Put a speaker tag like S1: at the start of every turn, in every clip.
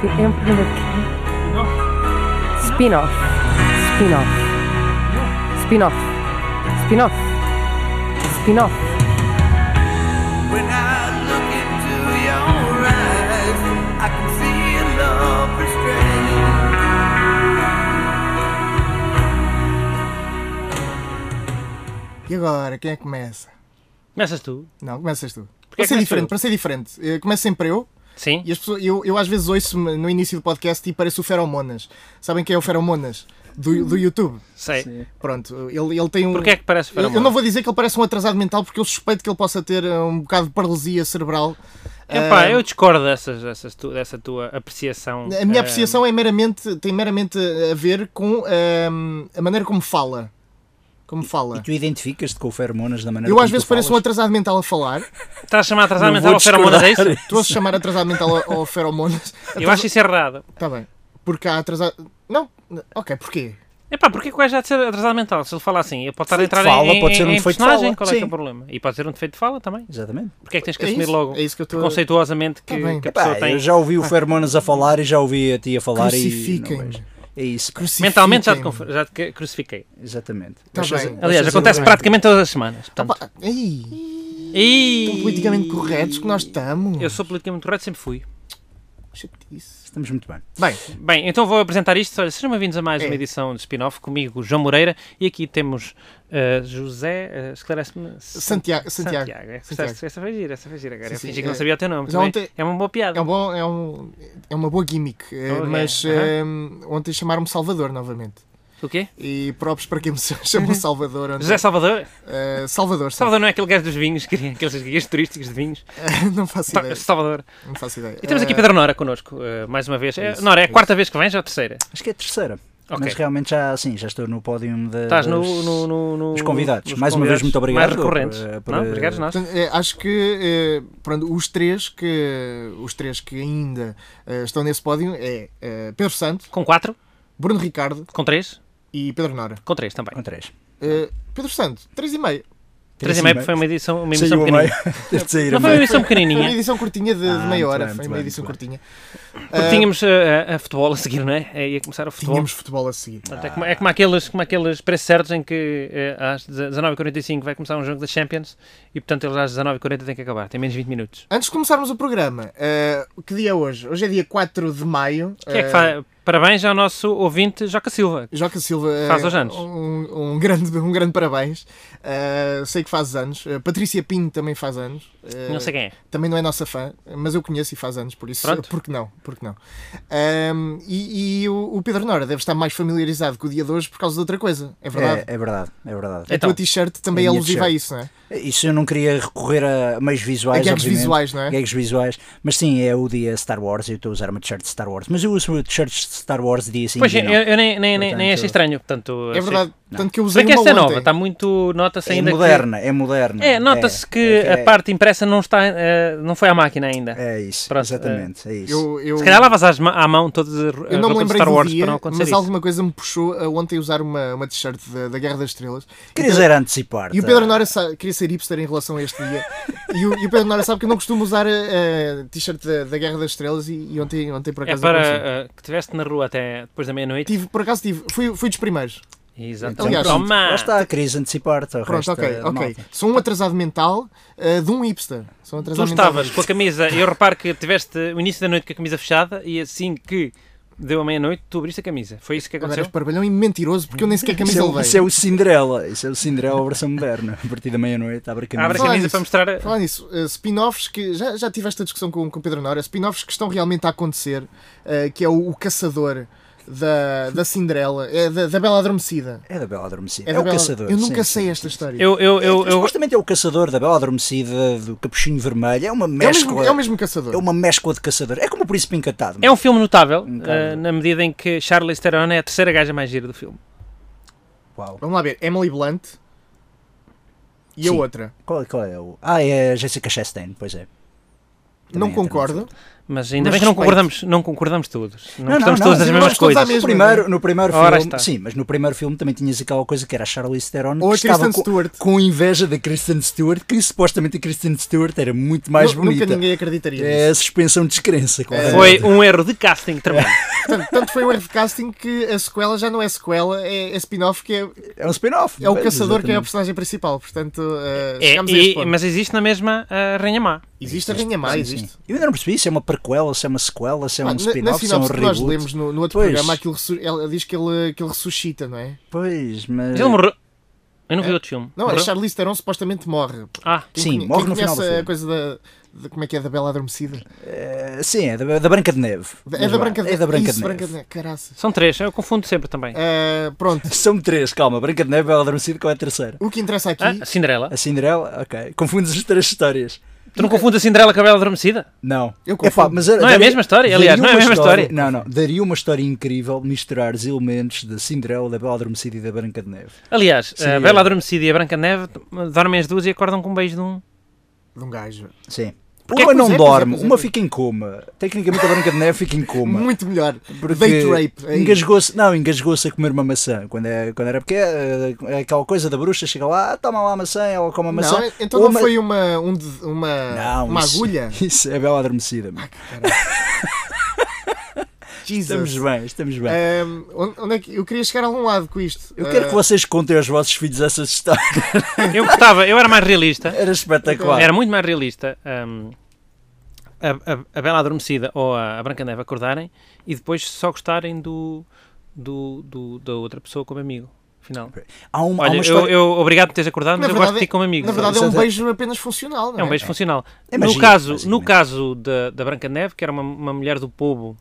S1: que é uma pergunta pequena. Spin-off. Spin-off. Spin-off. Spin-off. Spin-off.
S2: When I look into your eyes, I can see a love restrained.
S3: E agora, quem é que começa?
S4: Começas tu?
S3: Não, começas tu. Para
S4: que
S3: ser
S4: começo
S3: diferente,
S4: eu?
S3: para ser diferente. Eh, Começo sempre eu.
S4: Sim.
S3: E as pessoas, eu, eu às vezes ouço-me no início do podcast e pareço o Feromonas. Sabem quem é o Feromonas? Do, do YouTube.
S4: Sei.
S3: Pronto, ele, ele tem um.
S4: Porquê é que parece o
S3: eu,
S4: Feromonas?
S3: eu não vou dizer que ele parece um atrasado mental porque eu suspeito que ele possa ter eh, um bocado de paralisia cerebral.
S4: Epá,
S3: Ah,
S4: É eu discordo dessas, dessas tu- dessa tua apreciação.
S3: A minha
S4: ah,
S3: apreciação é meramente, tem meramente a ver com ehm, a maneira como fala. Como fala.
S5: E tu identificas-te com o feromonas da maneira
S3: Eu
S5: como
S3: às vezes
S5: tu
S3: pareço um
S5: falas?
S3: atrasado mental a falar.
S4: Estás a chamar atrasado
S5: Não
S4: mental
S5: vou
S4: ao feromonas, é isso?
S5: discordar.
S3: Estou a chamar atrasado mental ao, ao feromonas.
S4: Eu acho isso errado.
S3: Está Tá bem. Porque há atrasado. Não? Ok, porquê?
S4: Epá, porquê que o gajo há de ser atrasado mental? Se ele fala assim, ele pode estar
S5: Sim,
S4: a entrar
S5: fala,
S4: em,
S5: pode ser um
S4: em, em
S5: defeito de
S4: personagem,
S5: fala,
S4: qual é que é
S5: sim.
S4: o problema? E pode ser um defeito de fala também.
S5: Exatamente.
S4: Porquê é que tens que
S3: É
S4: assumir
S3: isso?
S4: logo
S3: É isso que eu estou a.
S4: conceituosamente que,
S3: Tá bem.
S4: que a
S5: Epá,
S4: pessoa tem?
S5: eu já ouvi o Fermonas a falar e já ouvi a ti a falar e. não
S3: Ah. Crucifiquem-me.
S5: vejo. É isso, pá.
S3: Crucifiquem-me.
S4: Mentalmente já te, conf- já te que- crucifiquei.
S5: exatamente.
S3: Tá
S5: Deixa-
S3: bem.
S5: deixa-
S4: Aliás,
S3: Vocês
S4: acontece
S3: agora-
S4: praticamente todas as semanas. Portanto,
S3: Opa, ei,
S4: Ih!
S3: tão politicamente corretos que nós estamos.
S4: Eu sou politicamente correto, sempre fui.
S3: Chatice.
S5: Estamos muito bem.
S3: Bem,
S4: Bem, então vou apresentar isto. Olha, sejam bem-vindos a mais
S3: É.
S4: uma edição de spin-off comigo, João Moreira, e aqui temos eh, José, eh, esclarece-me.
S3: Santiago. Santiago.
S4: Santiago. é,
S3: Santiago.
S4: Esta, esta foi gira, esta foi gira. Agora
S3: Sim,
S4: eu
S3: sim,
S4: fingi que
S3: é.
S4: não sabia o teu nome.
S3: Já
S4: também.
S3: ontem-
S4: É uma boa piada.
S3: É, um bom, é, um, é uma boa gimmick. eh,
S4: Oh, é.
S3: Mas eh, ontem chamaram-me Salvador novamente.
S4: O quê?
S3: E próprios para quem me chamou Salvador. ontem.
S4: José Salvador?
S3: Eh, Salvador.
S4: é Salvador não é aquele gajo dos vinhos, que- aqueles guias turísticos de vinhos.
S3: não faço
S4: Ta-
S3: ideia.
S4: Salvador.
S3: Não faço ideia.
S4: Tá. E temos aqui
S3: Eh,
S4: Pedro Nora connosco, eh, mais uma vez. Eh,
S5: isso,
S4: Nora, é a
S5: é
S4: quarta vez que vens ou a terceira?
S5: Acho que é a terceira.
S4: Ok.
S5: Mas realmente já assim, já estou no pódio da.
S4: Estás no,
S5: das-
S4: no, no, no-
S5: dos convidados.
S4: nos
S5: Mais uma vez,
S4: convidados
S5: muito obrigado
S4: Mais recorrentes.
S5: por- por-
S4: Não, obrigado, nós.
S3: Portanto, eh, acho que eh, pronto, os três que os três que ainda eh, estão nesse pódio é eh, Pedro Santo,
S4: Com quatro?
S3: Bruno Ricardo
S4: Com três?
S3: e Pedro Nora.
S4: Com três também.
S5: Com três.
S3: Eh, Pedro Santo, 3,5.
S4: Três e meio foi uma edição, uma
S5: Saiu
S4: edição
S5: a meio.
S4: pequenininha.
S5: Teve de sair a
S4: Não foi uma
S5: meio.
S4: edição
S3: Foi uma
S4: pequenininha.
S3: edição curtinha de, de
S5: Ah,
S3: meia
S5: muito
S3: hora.
S5: bem,
S3: foi
S5: muito
S3: uma
S5: bem,
S3: edição
S5: muito
S3: curtinha.
S4: Porque tínhamos eh, a, a futebol a seguir, não é? Eh, Ia começar o futebol.
S3: Tínhamos futebol a seguir.
S4: Portanto, é como, é como aqueles, como aqueles preços certos em que eh, às 19h45 vai começar um jogo da Champions e, portanto, eles às 19h40 têm que acabar. Tem menos de 20 minutos.
S3: Antes de começarmos o programa, eh, que dia é hoje? Hoje é dia 4 de maio.
S4: Que é que
S3: Eh,
S4: faz? Parabéns ao nosso ouvinte Joca Silva.
S3: Joca Silva, eh,
S4: Faz hoje anos.
S3: Um, um grande, um grande parabéns. Eh, sei que faz anos. Eh, Patrícia Pinho também faz anos. Eh,
S4: Não sei quem é.
S3: Também não é nossa fã, mas eu conheço e faz anos, por isso.
S4: Pronto.
S3: Porque não? Porque não? Ahm, e e o, o Pedro Nora deve estar mais familiarizado com o dia de hoje por causa de outra coisa. É verdade.
S5: É, é verdade, é verdade.
S3: A
S4: Então.
S3: tua t-shirt também é
S5: A minha
S3: alusiva a
S5: t-shirt.
S3: isso, não é?
S5: Isso eu não queria recorrer a meios
S3: A
S5: visuais.
S3: gags
S5: obviamente.
S3: visuais, não é?
S5: Gags visuais. Mas sim, é o dia Star Wars. Eu estou a usar uma t-shirt de Star Wars. Mas eu uso t-shirts de Star Wars dia sim.
S4: Pois,
S5: dia
S4: eu,
S5: não.
S4: eu nem, nem, nem, nem
S5: Portanto,
S4: achei estranho. Portanto,
S3: É verdade. Tanto que eu
S4: Sei
S3: usei
S4: que
S3: uma
S4: esta é
S3: ontem.
S4: nova, está muito. Nota-se
S5: É
S4: ainda. que-
S5: moderna, é moderna.
S4: É, nota-se que
S5: é-
S4: a parte impressa não está, eh, não foi à máquina ainda.
S5: É isso,
S4: Pronto,
S5: exatamente. É isso.
S3: Eu, eu,
S4: Se calhar lavas às ma- à mão todas as
S3: eu não me
S4: roupas de
S3: lembrei
S4: Star Wars
S3: do dia,
S4: para não acontecer
S3: mas
S4: isso.
S3: alguma coisa me puxou a ontem usar uma, uma t-shirt da, da Guerra das Estrelas. Então,
S5: Querias era antecipar.
S3: E o
S4: tá.
S3: Pedro Nora sa- queria ser hipster em relação a este dia. E o, e o Pedro Nora sabe que eu não costumo usar a, a t-shirt da, da Guerra das Estrelas e, e ontem, ontem por
S4: É
S3: acaso aconteceu.
S4: para eh, que estiveste na rua até depois da meia-noite.
S3: Tive, por acaso tive, fui, fui dos primeiros.
S4: Exato.
S3: Então, Aliás,
S5: pronto,
S4: Toma!
S5: lá está, querias antecipar-te. ao
S3: Pronto,
S5: resto
S3: ok,
S5: da
S3: ok.
S5: malta.
S3: Sou um atrasado mental uh, de um hipster. Sou um
S4: Tu
S3: atrasado mental.
S4: estavas com a camisa, eu reparo que tiveste o início da noite com a camisa fechada e assim que deu a meia-noite tu abriste a camisa. Foi isso que
S3: Agora é
S4: aconteceu?
S3: és parbalhão e mentiroso porque eu nem sequer
S5: Isso
S3: camisa
S5: é, o-
S3: levei.
S5: isso é o Cinderela, isso é o Cinderela versão moderna. A partir da meia-noite, abre a camisa.
S4: Abre a
S3: Falar
S4: camisa
S3: nisso.
S4: para mostrar. a-
S3: Falar nisso, uh, spin-offs que já, já tive esta discussão com, com o Pedro Nora, spin-offs que estão realmente a acontecer, uh, que é o, o caçador da, da Cinderela, é, da, da Bela Adormecida.
S5: É da Bela
S3: É,
S5: Adormecida. É,
S3: da
S5: o
S3: Bela-
S5: caçador.
S3: Eu nunca
S5: sim,
S3: sei
S5: sim,
S3: esta história.
S4: Eu, eu, eu,
S5: É,
S4: eu,
S5: Supostamente é o caçador da Bela Adormecida, do Capuchinho Vermelho. É uma
S3: é, o
S5: mescla.
S3: mesmo, é o mesmo caçador.
S5: é uma mescla de caçador. É como o Príncipe Encantado.
S4: é um filme notável
S5: bocado.
S4: eh, na medida em que Charlize Theron é a terceira gaja mais gira do filme.
S5: Uau.
S3: Vamos lá ver, Emily Blunt e a
S5: Sim.
S3: outra.
S5: Qual, qual é o. Ah, é a Jessica Chastain, pois é. Também
S3: não
S5: entra no
S3: concordo.
S4: Mas ainda bem
S5: Mas
S4: que não
S5: respeito.
S4: concordamos, não concordamos todos. Não,
S5: Não, não,
S4: gostamos
S5: não,
S4: todos das
S5: mas
S4: mesmas
S3: nós todos à
S4: coisas.
S3: mesma.
S5: No
S3: Mesmo,
S5: primeiro, no primeiro
S4: Ora
S5: filme,
S4: está.
S5: sim, mas no primeiro filme também tinhas aquela coisa que era a Charlize Theron
S3: Ou
S5: que
S3: a
S5: estava
S3: Kristen
S5: com,
S3: Stewart.
S5: com inveja da Kristen Stewart, que supostamente a Kristen Stewart era muito mais
S3: Nu-
S5: bonita.
S3: Nunca ninguém É. acreditaria.
S5: É a suspensão de descrença, claro.
S4: Foi um erro de casting tremendo.
S3: Portanto, tanto foi um erro de casting que a sequela já não é sequela, é, é spin-off que é,
S5: É um spin-off.
S3: é o
S5: pois,
S3: caçador que é o
S5: exatamente.
S3: personagem principal. Portanto, eh,
S4: É,
S3: chegamos a
S4: e-
S3: este ponto.
S4: mas existe na mesma a Rainha Má.
S3: Existe a Rainha Má,
S5: Sim,
S3: existe.
S5: sim. Eu ainda não percebi se é uma prequela, se é uma sequela, se é um
S3: Ah, na- na,
S5: spin-off, se é um
S3: sinopse que nós
S5: reboot.
S3: lemos no, no outro
S5: Pois.
S3: programa, aquilo ressu- ela diz que ele, que ele ressuscita, não é?
S5: Pois, mas.
S4: Mas ele morreu. Eu não vi outro filme.
S3: Não, é a
S4: Morreu?
S3: Charlize Theron supostamente morre.
S4: Ah,
S3: Quem
S5: Uhum. Sim,
S3: conhe-
S5: morre
S3: quem
S5: no final do
S3: conhece a
S5: filme.
S3: coisa da, de- como é que é, da Bela Adormecida?
S5: Eh, Sim, é da, da Branca de Neve.
S3: É da Branca de
S5: É da Branca
S3: Isso,
S5: de Neve.
S3: Branca de Neve. Caraças.
S4: são três, eu confundo sempre também.
S3: Ah, pronto,
S5: São três, calma. Branca de Neve, Bela Adormecida, qual é a terceira?
S3: o que interessa aqui... é-
S4: Ah, a Cinderela.
S5: A Cinderela? Ok. Confundes as três histórias.
S4: Tu não confundes a Cinderela com a Bela Adormecida?
S5: Não.
S3: Eu confundo.
S5: mas era-
S4: Não é a
S5: daria-
S4: mesma história,
S5: daria
S4: aliás, não é a
S5: uma
S4: mesma história.
S5: Não, não. Daria uma história incrível misturar os elementos da Cinderela, da Bela Adormecida e da Branca de Neve.
S4: Aliás, a
S5: Sim,
S4: Bela
S5: é.
S4: Adormecida e a Branca Neve dormem as duas e acordam com um beijo de um.
S3: De um gajo.
S5: Sim.
S3: Porque é
S5: uma
S3: que-
S5: não
S3: pois é, pois é,
S5: dorme,
S3: pois é,
S5: uma
S3: pois é.
S5: fica em coma. Tecnicamente a Branca de Neve fica em coma.
S3: Muito melhor.
S5: Porque
S3: Date rape. é aí.
S5: Engasgou-se, não, engasgou-se a comer uma maçã. Quando, é, quando era porque é aquela coisa da bruxa, chega lá, "Ah, toma lá a maçã, ela come a maçã.
S3: Não, então
S5: ou
S3: não
S5: uma-
S3: foi uma, um de- uma,
S5: Não,
S3: uma
S5: isso-
S3: agulha?
S5: Isso é bela adormecida. meu.
S3: Jesus.
S5: Estamos bem, estamos bem.
S3: Ahm, onde- onde é que- eu queria chegar a algum lado com isto.
S5: Eu quero
S3: Ah,
S5: que vocês contem aos vossos filhos essas histórias.
S4: Eu gostava, eu era mais realista.
S5: Era espetacular.
S4: Era muito mais realista hum, a, a- a Bela Adormecida ou a, a Branca Neve acordarem e depois só gostarem do, do, do- da outra pessoa como amigo. Afinal.
S5: Há, um, há
S4: Olha,
S5: uma
S4: eu,
S5: história.
S4: eu- obrigado por teres acordado,
S3: Na
S4: mas eu
S3: verdade
S4: gosto de
S3: é-
S4: ti como amigo.
S3: Na verdade é um
S5: Exato.
S3: beijo apenas funcional, não é?
S4: É um beijo funcional.
S5: É
S4: no
S5: magia,
S4: caso, no
S5: basicamente.
S4: caso da, da Branca de Neve, que era uma, uma mulher do povo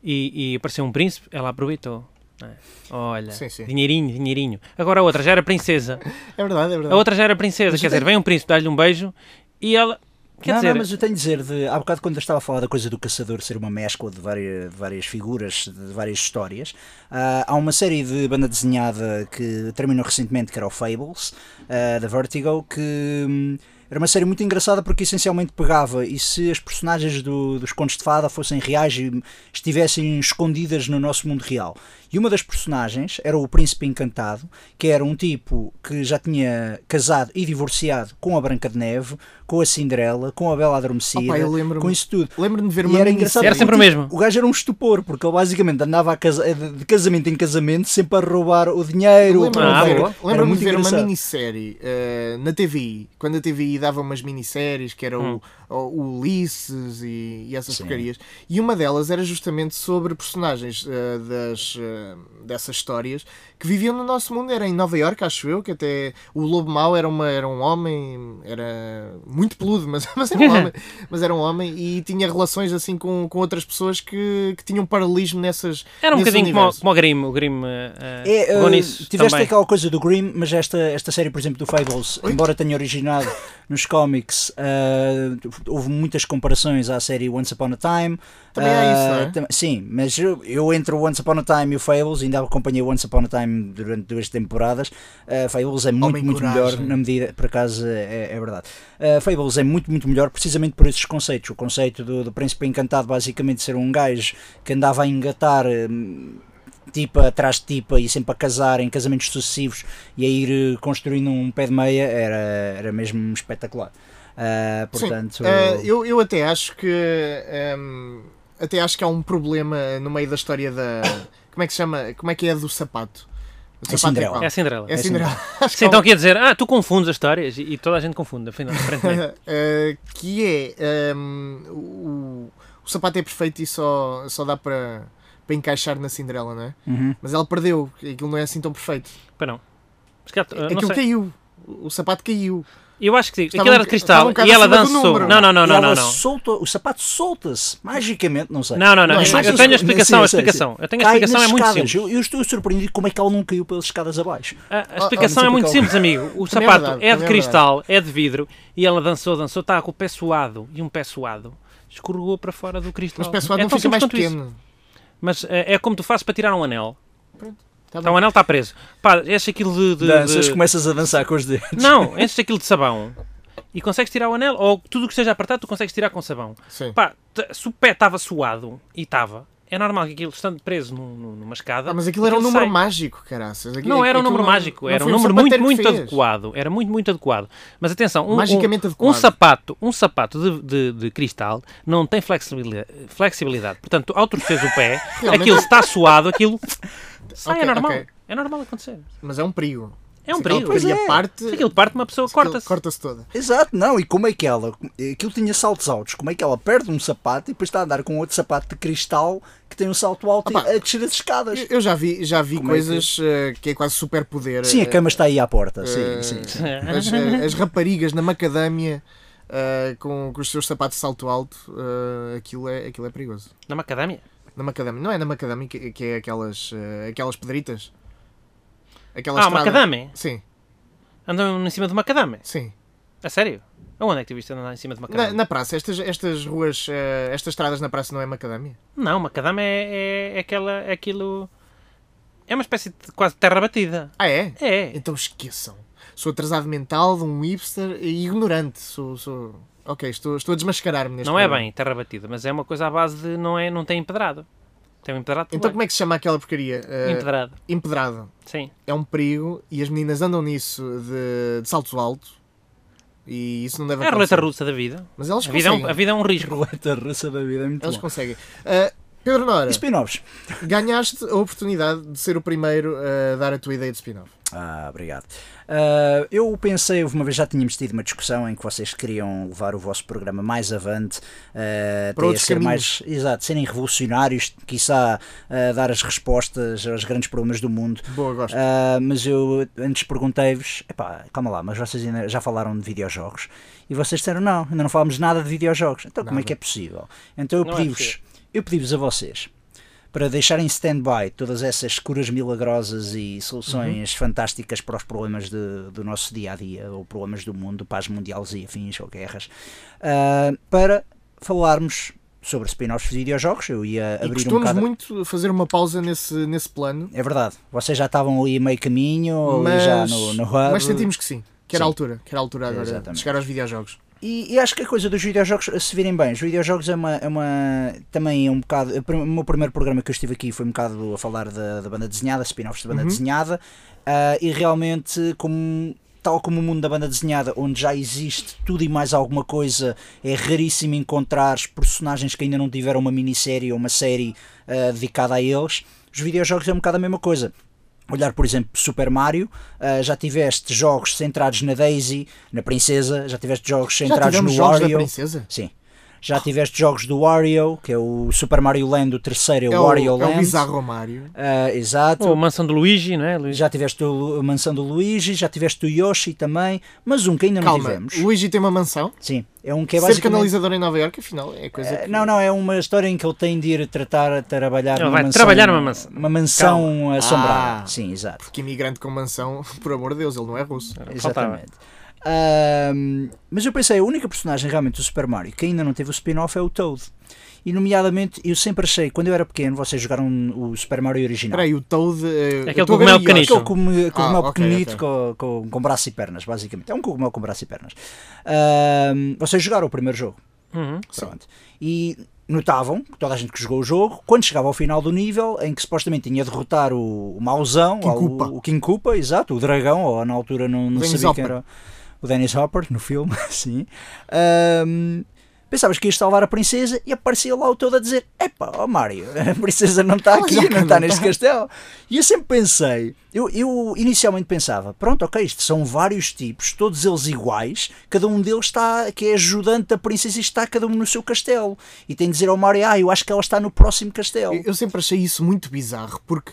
S4: e, e apareceu um príncipe, ela aproveitou. não é? Olha,
S3: Sim, sim.
S4: dinheirinho, dinheirinho. Agora a outra já era princesa.
S3: É verdade, é verdade.
S4: A outra já era princesa. quer dizer, vem um príncipe, dá-lhe um beijo e ela. Quer
S5: não,
S4: dizer,
S5: não, mas eu tenho de dizer, de, há bocado quando eu estava a falar da coisa do caçador ser uma mescla de várias, de várias figuras, de várias histórias, ah, há uma série de banda desenhada que terminou recentemente, que era o Fables, ah, da Vertigo, que hum, era uma série muito engraçada porque essencialmente pegava e se as personagens do- dos contos de fada fossem reais e estivessem escondidas no nosso mundo real. E uma das personagens era o Príncipe Encantado, que era um tipo que já tinha casado e divorciado com a Branca de Neve, com a Cinderela, com a Bela Adormecida,
S3: Opa, eu lembro-me.
S5: com isso tudo.
S3: Lembro-me de ver
S5: E
S3: uma
S5: era
S3: minissérie-
S5: engraçado.
S4: Era sempre o
S5: tipo,
S4: mesmo.
S5: O gajo era um estupor, porque ele basicamente andava a casa- de de casamento em casamento, sempre a roubar o dinheiro.
S3: Lembro-me
S4: Ah,
S3: de ver,
S4: boa.
S5: Era
S3: lembro-me
S5: muito
S3: de ver uma
S5: engraçado.
S3: minissérie eh, na TVI, quando a TVI dava umas minisséries que era
S4: Hum.
S3: o, o Ulisses e, e essas porcarias, e uma delas era justamente sobre personagens eh, das, eh, dessas histórias que viviam no nosso mundo. Era em Nova Iorque, acho eu, que até o Lobo Mau era, uma, era um homem, era muito peludo, mas, mas era um homem, mas era um homem e tinha relações assim com, com outras pessoas que, que tinham paralelismo nessas.
S4: era um
S3: nesse
S4: bocadinho como,
S3: universo.
S4: como o Grimm. O Grimm eh, eh,
S5: É,
S4: pegou
S5: eh,
S4: nisso
S5: tiveste
S4: também.
S5: aquela coisa do Grimm, mas esta, esta série, por exemplo, do Fables, embora tenha originado nos cómics, eh, houve muitas comparações à série Once Upon a Time.
S3: Também há
S5: Eh,
S3: isso, não é?
S5: tam- Sim, mas eu, eu entre o Once Upon a Time e o Fables, ainda acompanhei o Once Upon a Time durante duas temporadas. Eh, Fables é muito,
S3: Homem
S5: muito
S3: Coragem.
S5: melhor na medida, por acaso, é, é verdade. Uh, Fables é muito, muito melhor precisamente por esses conceitos. O conceito do, do Príncipe Encantado, basicamente, ser um gajo que andava a engatar. hum, Tipa atrás de tipa e sempre a casar em casamentos sucessivos e a ir eh, construindo um pé de meia era, era mesmo espetacular. Uh,
S3: Sim,
S5: portanto,
S3: eh, eu, eu até acho que ehm, até acho que há um problema no meio da história da como é que se chama como é que é do sapato O
S5: É
S3: sapato
S5: Cinderela.
S3: qual?
S4: É a Cinderela.
S3: é Cinderela Acho que
S4: Sim,
S3: há
S4: então
S3: um-
S4: aqui a dizer, ah, tu confundes as histórias e, e toda a gente confunde, afinal, aparentemente.
S3: eh, que é ehm, o, o sapato é perfeito e só só dá para para encaixar na Cinderela não é
S5: Uhum.
S3: mas ela perdeu aquilo não é assim tão perfeito
S4: Pois não. Se calhar, eh, não
S3: aquilo
S4: sei.
S3: caiu o sapato caiu
S4: Eu acho que sim.
S3: é Estava
S4: Aquilo era
S3: um-
S4: de cristal
S3: estava um
S4: e ela
S3: bocado acima do
S4: dançou.
S3: número.
S4: Não, não, não, não,
S5: ela
S4: não. não.
S5: solta- o sapato solta-se magicamente, não sei.
S4: Não, não, não.
S3: Não,
S4: eu,
S3: é mais
S4: eu
S3: isso.
S4: tenho a explicação, a
S5: Sim, sim,
S4: explicação.
S5: sim.
S4: Eu tenho a
S5: Cai
S4: explicação, é
S5: nas
S4: muito
S5: escadas.
S4: simples.
S5: Eu, eu estou surpreendido como é que ela não caiu pelas escadas abaixo.
S4: A, a
S5: ah,
S4: explicação é
S5: não sei
S4: muito
S5: porque
S4: simples, amigo. O
S3: Também é
S4: sapato
S3: verdade,
S4: é, de
S3: também é
S4: cristal, é de vidro e ela dançou, dançou, está com o pé suado e um pé suado escorregou para fora do cristal.
S3: mas o pessoal
S4: é
S3: não
S4: tão
S3: fica
S4: simples
S3: mais
S4: quanto isso.
S3: pequeno
S4: Mas eh, é como tu fazes para tirar um anel.
S3: Tá
S4: Então
S3: bom.
S4: o anel está preso. Pá, enche aquilo de. de-
S5: Danças,
S4: de-
S5: começas a dançar com os dedos.
S4: Não, enche aquilo de sabão e consegues tirar o anel, ou tudo o que esteja apertado tu consegues tirar com sabão.
S3: Sim.
S4: Pá, t- se o pé estava suado, e estava, é normal que aquilo, estando preso num- num- numa escada...
S3: Ah, mas aquilo era um número
S4: sai.
S3: mágico, caraças. Aquilo-
S4: Não era
S3: é
S4: um
S3: aquilo
S4: número
S3: não-
S4: mágico,
S3: não
S4: era um
S3: foi o
S4: número muito,
S3: sapateiro que
S4: muito
S3: fez.
S4: adequado. Era muito, muito adequado. Mas atenção, um,
S3: Magicamente
S4: um,
S3: adequado.
S4: um sapato, um sapato de, de- de cristal não tem flexibilidade. flexibilidade. Portanto, ao torcer o pé,
S3: Realmente.
S4: aquilo está suado, aquilo sai, é
S3: Ok,
S4: normal.
S3: ok.
S4: É normal acontecer.
S3: Mas é um perigo.
S4: É um
S3: Se aquela
S4: perigo.
S3: porcaria
S5: Pois é.
S3: parte,
S4: Se aquilo parte, uma pessoa
S3: se aquilo-
S4: corta-se.
S3: corta-se toda.
S5: Exato, não, e como é que ela, aquilo tinha saltos altos, como é que ela perde um sapato e depois está a andar com outro sapato de cristal que tem um salto alto e
S3: Opa.
S5: a descer as escadas?
S3: Eu- Eu já vi, já vi
S5: Como é que-
S3: coisas eh, que... é quase superpoder.
S5: Sim,
S3: eh,
S5: a cama está aí à porta, sim,
S3: eh,
S5: sim. sim.
S3: As, eh, as raparigas na macadâmia eh, com, com os seus sapatos de salto alto, eh, aquilo, é, aquilo é perigoso.
S4: Na macadâmia?
S3: Na macadâmia, não é na macadâmia que, que é aquelas, eh, aquelas pedritas? Aquela
S4: Ah,
S3: estrada.
S4: macadame.
S3: Sim,
S4: Andam em cima de macadame.
S3: sim.
S4: A sério? Aonde é que tu viste andar em cima de
S3: Na,
S4: macadame?
S3: na praça, estas, estas ruas, eh, estas estradas na praça não é macadâmia?
S4: Não, macadame é, é, é aquela, é aquilo... É uma espécie de quase terra batida.
S3: Ah, é?
S4: É.
S3: Então esqueçam. Sou atrasado mental, de um hipster e ignorante. Sou. sou... Ok, estou, estou a desmascarar-me neste
S4: Não é
S3: programa.
S4: bem terra batida, mas é uma coisa à base de não, é, não tem empedrado. Tem um empedrado
S3: Então
S4: também.
S3: como é que se chama aquela porcaria?
S5: é
S3: Eh,
S4: Empedrado,
S3: empedrado.
S4: sim.
S3: É um perigo e as meninas andam nisso de, de saltos altos e isso não deve
S4: É a roleta
S3: acontecer.
S4: russa da vida.
S3: Mas elas
S4: A vida, é
S3: conseguem.
S4: um, a vida é um risco.
S5: Roleta russa da vida, é muito
S3: Elas
S5: bom.
S3: conseguem. Eh, Pedro Nora,
S5: E spin-offs?
S3: ganhaste a oportunidade de ser o primeiro a dar a tua ideia de spin-off.
S5: Ah, obrigado. Ah, eu pensei, uma vez já tínhamos tido uma discussão em que vocês queriam levar o vosso programa mais avante, ah, até a
S3: outros
S5: ser
S3: caminhos.
S5: mais, exato, serem revolucionários, quiçá ah, dar as respostas aos grandes problemas do mundo.
S3: Boa, gosto.
S5: Ah, mas eu antes perguntei-vos, epá, calma lá, mas vocês ainda já falaram de videojogos? E vocês disseram, não, ainda não falámos nada de videojogos. Então como é que é possível? Então eu
S4: Não é
S5: pedi-vos,
S4: possível.
S5: eu pedi-vos a vocês, para deixarem stand-by todas essas curas milagrosas e soluções
S4: Uhum.
S5: fantásticas para os problemas de- do nosso dia a dia, ou problemas do mundo, paz mundiais e afins, ou guerras, ah, para falarmos sobre spin-offs de videojogos. Eu ia
S3: E
S5: abrir um
S3: custou-nos
S5: bocado.
S3: muito fazer uma pausa nesse, nesse plano,
S5: É verdade, vocês já estavam ali meio caminho, ou ali
S3: mas,
S5: já no, no hub.
S3: mas sentimos que sim, que era a
S5: Sim.
S3: altura, que era a altura agora de
S5: Exatamente.
S3: chegar aos videojogos.
S5: E, e acho que a coisa dos videojogos, se virem bem, os videojogos é uma. É uma também é um bocado. é O prim- o meu primeiro programa que eu estive aqui foi um bocado a falar da, da banda desenhada, spin-offs da banda desenhada, ah, e realmente, como, tal como o mundo da banda desenhada, onde já existe tudo e mais alguma coisa, é raríssimo encontrar personagens que ainda não tiveram uma minissérie ou uma série ah, dedicada a eles. Os videojogos é um bocado a mesma coisa. Olhar, por exemplo, Super Mario, ah, já tiveste jogos centrados na Daisy, na Princesa, já tiveste jogos
S3: Já
S5: centrados
S3: tivemos
S5: no
S3: jogos da
S5: Wario.
S3: princesa?
S5: Sim. Já tiveste jogos do Wario, que é o Super Mario Land, o terceiro é o
S3: É o,
S5: Wario
S3: é
S5: Land.
S3: o bizarro Mario.
S5: Ah, exato.
S4: Ou a mansão do Luigi, não é? Luigi?
S5: Já tiveste o- a mansão do Luigi, já tiveste o Yoshi também, mas um que ainda não
S3: Calma,
S5: tivemos.
S3: Luigi tem uma mansão?
S5: Sim, é um que é
S3: Ser
S5: basicamente...
S3: canalizador em Nova Iorque, afinal, é coisa que...
S5: Não, não, é uma história em que ele tem de ir tratar, trabalhar
S4: Ele
S5: numa
S4: vai
S5: mansão,
S4: trabalhar numa mansão.
S5: uma mansão assombrada.
S3: Ah.
S5: Sim, exato.
S3: Que imigrante com mansão, por amor de Deus, ele não é russo.
S4: Faltava.
S5: Exatamente. Ahm, mas eu pensei, a única personagem realmente do Super Mario que ainda não teve o spin-off é o Toad. E, nomeadamente, eu sempre achei, quando eu era pequeno, vocês jogaram o Super Mario original.
S3: Espera aí, o Toad... eh,
S4: Aquele
S3: eu estou a ver
S4: cogumelo
S3: o Yoshi.
S4: pequenito.
S5: Aquele cogum- cogumelo
S3: Ah, ok,
S5: pequenito
S3: ok.
S5: com, com, com braço e pernas, basicamente. É um cogumelo com braço e pernas. Ahm, vocês jogaram o primeiro jogo.
S4: Uhum.
S5: Pronto. E notavam, toda a gente que jogou o jogo, quando chegava ao final do nível, em que supostamente tinha de derrotar o, o mauzão,
S3: King
S5: ou
S3: Koopa.
S5: o, o King Koopa, exato, o dragão, ou na altura não, não
S3: Dennis
S5: sabia quem
S3: Hopper.
S5: era o Dennis Hopper, no filme, sim. Ahm, Pensavas que ias salvar a princesa e aparecia lá o todo a dizer: Epá, ó Mário, a princesa não está aqui, não está neste castelo. E eu sempre pensei, eu, eu inicialmente pensava: pronto, ok, isto são vários tipos, todos eles iguais, cada um deles está, que é ajudante da princesa e está cada um no seu castelo. E tem de dizer ao Mário: ah, eu acho que ela está no próximo castelo.
S3: Eu- Eu sempre achei isso muito bizarro, porque,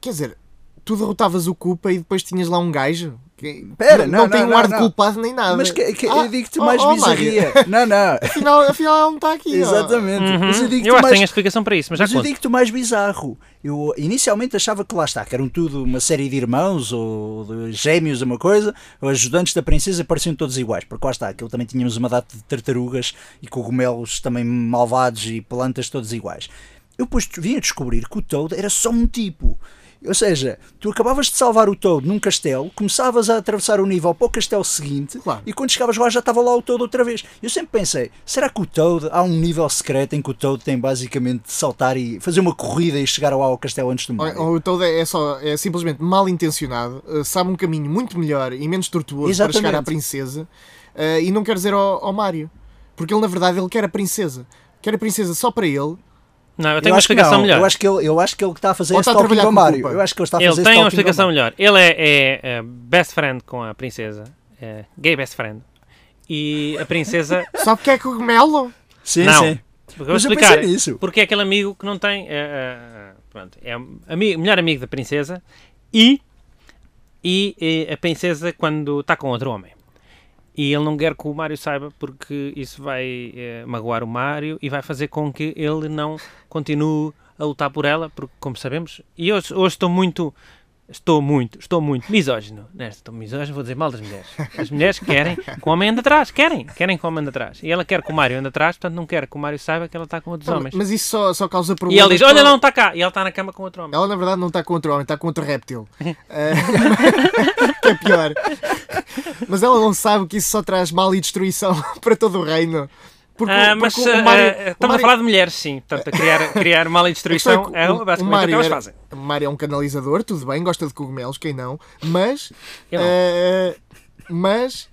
S3: quer dizer, tu derrotavas o Koopa e depois tinhas lá um gajo... que
S5: Pera,
S3: não,
S5: não,
S3: tem
S5: não,
S3: um ar
S5: não,
S3: de
S5: não.
S3: culpado nem nada.
S5: Mas que, que-
S3: Ah,
S5: eu digo-te
S3: oh,
S5: mais
S3: oh, Mário,
S5: bizarria. Não, não.
S3: Afinal, afinal ela não está aqui. ó.
S5: Exatamente.
S4: Uhum.
S5: Mas eu
S4: Eu,
S5: digo-te
S4: acho que
S5: mais
S4: tenho a explicação para isso, mas já
S5: Mas eu
S4: conto.
S5: digo-te o mais bizarro. Eu inicialmente achava que lá está, que eram tudo uma série de irmãos ou de gêmeos, uma coisa, os ajudantes da princesa pareciam todos iguais, porque lá está, que eu também tínhamos uma data de tartarugas e cogumelos também malvados e plantas todos iguais. Eu depois vim a descobrir que o Toad era só um tipo. Ou seja, tu acabavas de salvar o Toad num castelo, começavas a atravessar o nível para o castelo seguinte
S3: Claro.
S5: e quando chegavas lá já estava lá o Toad outra vez. Eu sempre pensei, será que o Toad há um nível secreto em que o Toad tem basicamente de saltar e fazer uma corrida e chegar lá ao castelo antes do Mario?
S3: Ou, ou o Toad é, só, é simplesmente mal intencionado, eh, sabe um caminho muito melhor e menos tortuoso para chegar
S5: Exatamente.
S3: à princesa eh, e não quer dizer ao, ao Mario. Porque ele, na verdade, ele quer a princesa. Quer a princesa só para ele.
S4: Não, eu
S5: Eu
S4: tenho uma
S5: acho que
S4: explicação
S5: não,
S4: melhor.
S5: eu acho que ele, eu acho que ele está a fazer
S3: Ou
S5: esse
S3: está a
S5: talking
S3: trabalhar
S5: ao
S3: com o
S5: Mario.
S3: Koopa.
S5: Eu acho que ele está a fazer
S4: Ele
S5: esse
S4: tem uma
S5: talking ao
S4: explicação
S5: Mario.
S4: melhor. Ele é, é, eh, best friend com a princesa. eh, gay best friend. E a princesa.
S3: Só porque é cogumelo.
S5: Sim,
S4: Não.
S5: sim.
S4: Porque eu vou
S5: Mas eu
S4: explicar.
S5: pensei nisso.
S4: Porque é aquele amigo que não tem. eh, eh, eh, pronto, é o ami- melhor amigo da princesa e, e, eh, a princesa quando está com outro homem. E ele não quer que o Mário saiba porque isso vai eh, magoar o Mário e vai fazer com que ele não continue a lutar por ela, porque como sabemos, e hoje, hoje estou muito. Estou muito, estou muito misógino. Nesta, estou misógino, vou dizer mal das mulheres. As mulheres querem que o homem ande atrás, querem, querem que o homem ande atrás. E ela quer que o Mário ande atrás, portanto não quer que o Mário saiba que ela está com outros homens.
S3: Mas isso só, só causa
S4: E
S3: problemas.
S4: ele diz:
S3: para
S4: Olha,
S3: o-
S4: não está cá. E ela está na cama com outro homem.
S3: Ela, na verdade, não está contra o homem, está contra o réptil. Eh, que é pior. Mas ela não sabe que isso só traz mal e destruição para todo o reino. Porque,
S4: Ah,
S3: porque
S4: mas
S3: o Mario-
S4: ah, ah,
S3: o
S4: estamos a
S3: Mario-
S4: falar de mulheres, sim. Portanto, a criar, criar mal e
S3: A questão
S4: destruição é,
S3: que o-
S4: basicamente
S3: o
S4: o que elas
S3: era-
S4: fazem.
S3: o Mário é um canalizador, tudo bem, gosta de cogumelos, quem não, mas.
S4: Eu não.
S3: eh, mas.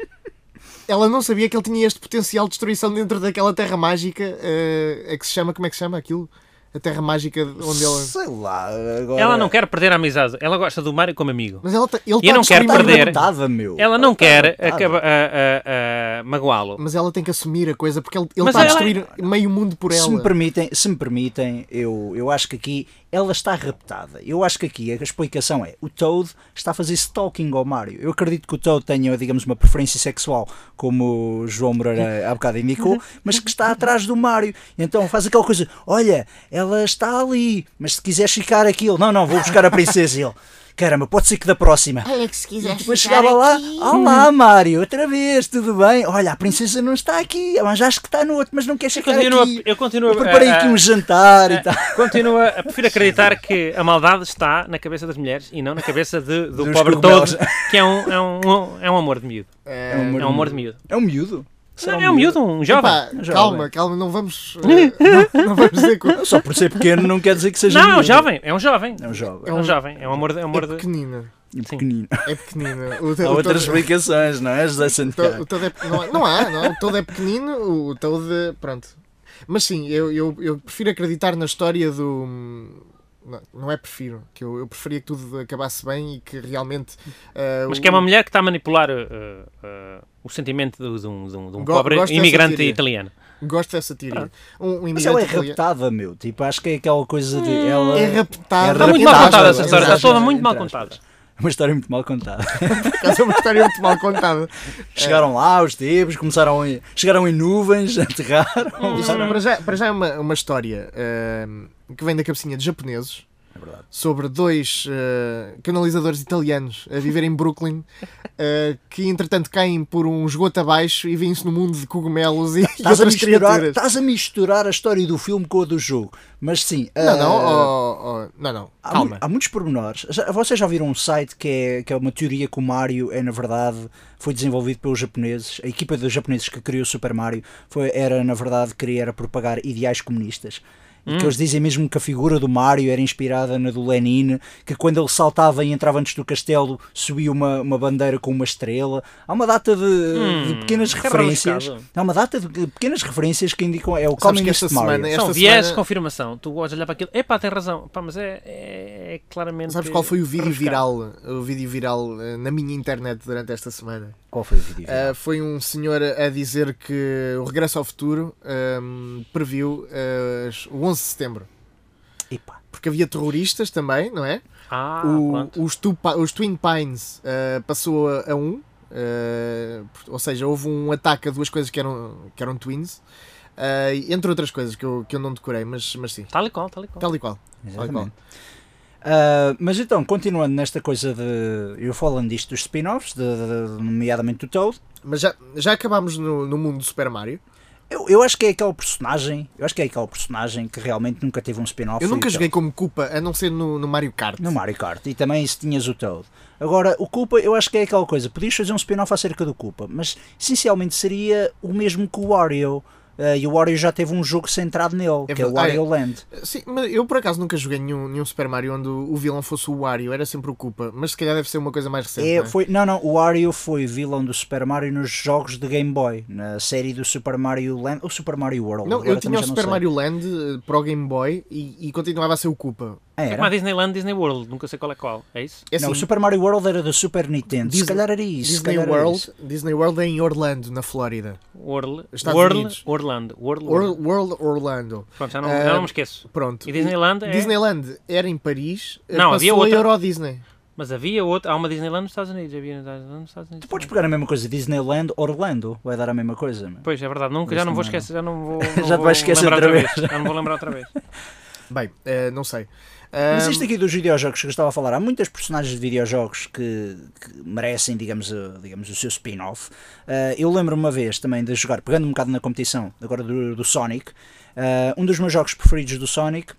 S3: Ela não sabia que ele tinha este potencial de destruição dentro daquela terra mágica eh, a que se chama, como é que se chama aquilo? A terra mágica onde ele.
S5: Sei lá, agora...
S4: Ela não quer perder a amizade. Ela gosta do Mário como amigo.
S3: Mas ela, tá- ele
S4: E eu
S3: tá
S4: não quero
S3: discriminado.
S4: perder.
S5: Estava, meu.
S4: Ela não quer
S5: Estava.
S4: acaba- a- a- a magoá-lo.
S3: Mas ela tem que assumir a coisa porque ele ele
S4: Mas
S3: está a
S4: ela-
S3: destruir meio mundo por ela.
S5: Se me permitem, se me permitem eu, eu acho que aqui ela está raptada. Eu acho que aqui a explicação é o Toad está a fazer stalking ao Mario. Eu acredito que o Toad tenha, digamos, uma preferência sexual, como o João Moreira há bocado indicou, mas que está atrás do Mario. Então faz aquela coisa: olha, ela está ali, mas se quiseres ficar aqui, ele, não, não, vou buscar a princesa. E ele, caramba, pode ser que da próxima.
S6: Olha que se quiser
S5: Depois
S6: ficar
S5: chegava lá,
S6: aqui-
S5: olá Mário, outra vez, tudo bem? Olha, a princesa não está aqui, mas acho que está no outro, mas não quer chegar
S4: continuo a-
S5: aqui.
S4: eu continuo a-
S5: preparei aqui
S4: a-
S5: um jantar e tal.
S4: Continua, eu prefiro acreditar que a maldade está na cabeça das mulheres e não na cabeça de- do
S5: Dos
S4: pobre
S5: cogumelos.
S4: todo, que é um, é, um, é um amor de miúdo.
S3: Eh,
S5: É um,
S4: É um amor de miúdo.
S5: É um miúdo. Será
S4: Não, é um miúdo, um jovem.
S3: Pá,
S5: jovem.
S3: calma, calma, não vamos. eh, não, não vamos dizer que
S5: Só por ser pequeno não quer dizer que seja
S4: Não, é um
S5: miúdo.
S4: jovem. É um jovem.
S5: É um jovem. um
S4: É um jovem. É um amor de. É um amor
S3: é
S4: de...
S3: pequenina.
S4: Sim.
S5: pequenino.
S3: É pequenina. O,
S5: Há
S3: o
S5: outras
S3: todo-
S5: explicações, não é, José
S3: o todo- o
S5: Santiago?
S3: todo é pe- não, há- não há, não há. O todo é pequenino, o todo. é- Pronto. Mas sim, eu, eu, eu prefiro acreditar na história do. Não, não é prefiro, que eu, eu preferia que tudo acabasse bem e que realmente. eh,
S4: Mas
S3: o-
S4: que é uma mulher que está a manipular eh, eh, o sentimento de, de um, de um- de um
S3: Go-
S4: pobre
S3: gosto dessa
S4: imigrante
S3: teoria.
S4: italiano.
S3: Gosto dessa teoria.
S4: Ah.
S3: Um, um
S5: Mas ela
S3: imigrante
S5: é
S3: italiano-
S5: raptada, meu. Tipo, acho que é aquela coisa de.
S6: Hum,
S5: Ela...
S3: É raptada.
S5: Está
S4: Tá muito mal
S5: Entre
S4: contada tá
S5: aspas,
S4: essa história,
S5: entre
S4: está toda
S5: aspas,
S4: muito mal
S5: entre aspas.
S4: contada.
S5: Uma história muito mal contada.
S3: Por acaso é uma história muito mal contada.
S4: É.
S5: Chegaram lá os tipos, começaram em- chegaram em nuvens,
S6: Hum.
S5: aterraram.
S3: Isso, para, já, para já é uma, uma história ehm, que vem da cabecinha de japoneses
S5: É verdade.
S3: sobre dois eh, canalizadores italianos a viver em Brooklyn eh, que entretanto caem por um esgoto abaixo e vêm-se no mundo de cogumelos e, e
S5: Estás a,
S3: outras
S5: misturar, tá,
S3: criaturas.
S5: estás a misturar a história do filme com a do jogo. Mas sim.
S3: Não,
S5: ah,
S3: não, oh, oh, não, não,
S5: há, mu-
S3: calma.
S5: há muitos pormenores. Já- Vocês já viram um site que é, que é uma teoria que o Mario é, na verdade, foi desenvolvido pelos japoneses. A equipa dos japoneses que criou o Super Mario foi, era, na verdade, querer propagar ideais comunistas. E
S3: Hum.
S5: que eles dizem mesmo que a figura do Mario era inspirada na do Lenin, que quando ele saltava e entrava antes do castelo, subia uma, uma bandeira com uma estrela. Há uma data de,
S3: Hum,
S5: de pequenas
S3: é
S4: que
S5: referências.
S4: rebuscado.
S5: Há uma data de pequenas referências que indicam é o
S3: Sabes que
S5: Communist
S3: esta
S5: Mario.
S3: semana,
S4: São
S3: esta
S4: viés de
S3: semana,
S4: confirmação. Tu podes olhar para aquilo. Epá, tem razão. Pá, mas é, é, é claramente.
S3: sabes qual foi o vídeo
S4: rebuscado.
S3: viral, o vídeo viral eh, na minha internet durante esta semana?
S5: Qual foi o vídeo?
S3: Uh, foi um senhor a a dizer que o Regresso ao Futuro um, previu uh, as- o 11 de setembro. é-
S5: Epá.
S3: Porque havia terroristas também, não é?
S4: Ah,
S3: o,
S4: pronto.
S3: os, tu- os Twin Pines uh, passou a, a um, uh, por- ou seja, houve um ataque a duas coisas que eram, que eram twins, uh, entre outras coisas que eu, que eu não decorei, mas, mas sim,
S4: Tal e qual, tal e qual.
S3: tal e qual. Tal e qual.
S5: Exatamente. Ah, mas então, continuando nesta coisa de. Eu falando disto dos spin-offs, de- de- de- nomeadamente do Toad.
S3: Mas já, já acabámos no, no mundo do Super Mario.
S5: Eu, eu acho que é aquele personagem, eu acho que é aquele personagem que realmente nunca teve um spin-off.
S3: Eu nunca
S5: e
S3: joguei como Koopa, a não ser no, no Mario Kart.
S5: No Mario Kart. E também se tinhas o Toad. Agora, o Koopa, eu acho que é aquela coisa. Podias fazer um spin-off acerca do Koopa, mas essencialmente seria o mesmo que o Wario. Eh, e o Wario já teve um jogo centrado nele, que é
S3: verdade.
S5: o Wario Land.
S3: Eh, Sim, mas eu por acaso nunca joguei nenhum, nenhum Super Mario onde o o vilão fosse o Wario, era sempre o Koopa, mas se calhar deve ser uma coisa mais recente.
S5: É,
S3: não é?
S5: foi, não, não, o Wario foi vilão do Super Mario nos jogos de Game Boy, na série do Super Mario Land, ou Super Mario World.
S3: Não,
S5: agora
S3: eu tinha
S5: também
S3: o
S5: já não
S3: Super
S5: sei.
S3: Mario Land eh, para o Game Boy e, e continuava a ser o Koopa.
S5: Ah,
S4: É
S5: era?
S4: como a Disneyland, Disney World, nunca sei qual é qual, é isso?
S3: É assim,
S5: não, o Super Mario World era do Super Nintendo.
S3: Disney-
S5: se calhar era isso. se
S3: Disney
S5: calhar era isso.
S3: World, Disney World é em Orlando, na Flórida.
S4: World,
S3: Estados
S4: World,
S3: Unidos.
S4: Orlando, World, World.
S3: Or- World Orlando.
S4: Pronto, já não, já não
S3: Ah,
S4: me esqueço.
S3: Pronto.
S4: E Disneyland é-
S3: Disneyland era em Paris, eh,
S4: Não,
S3: passou
S4: havia
S3: a
S4: outra-
S3: Euro Disney.
S4: Mas havia outra, há uma Disneyland nos Estados Unidos, havia Disneyland nos Estados Unidos.
S5: Tu podes
S4: também.
S5: pegar a mesma coisa, Disneyland, Orlando, vai dar a mesma coisa. meu.
S4: Pois, é verdade, nunca,
S5: Isso
S4: já não vou
S5: não.
S4: esquecer, já não vou.
S5: Já
S4: não
S5: te
S4: vou
S5: vais esquecer
S4: lembrar
S5: outra vez.
S4: Já não vou lembrar outra vez.
S3: Bem, eh, não sei.
S5: Mas
S3: Ah,
S5: isto aqui dos videojogos que eu estava a falar, há muitas personagens de videojogos que, que merecem, digamos, o, digamos, o seu spin-off. Ah, eu lembro-me uma vez também de jogar, pegando um bocado na competição, agora do, do Sonic, ah, um dos meus jogos preferidos do Sonic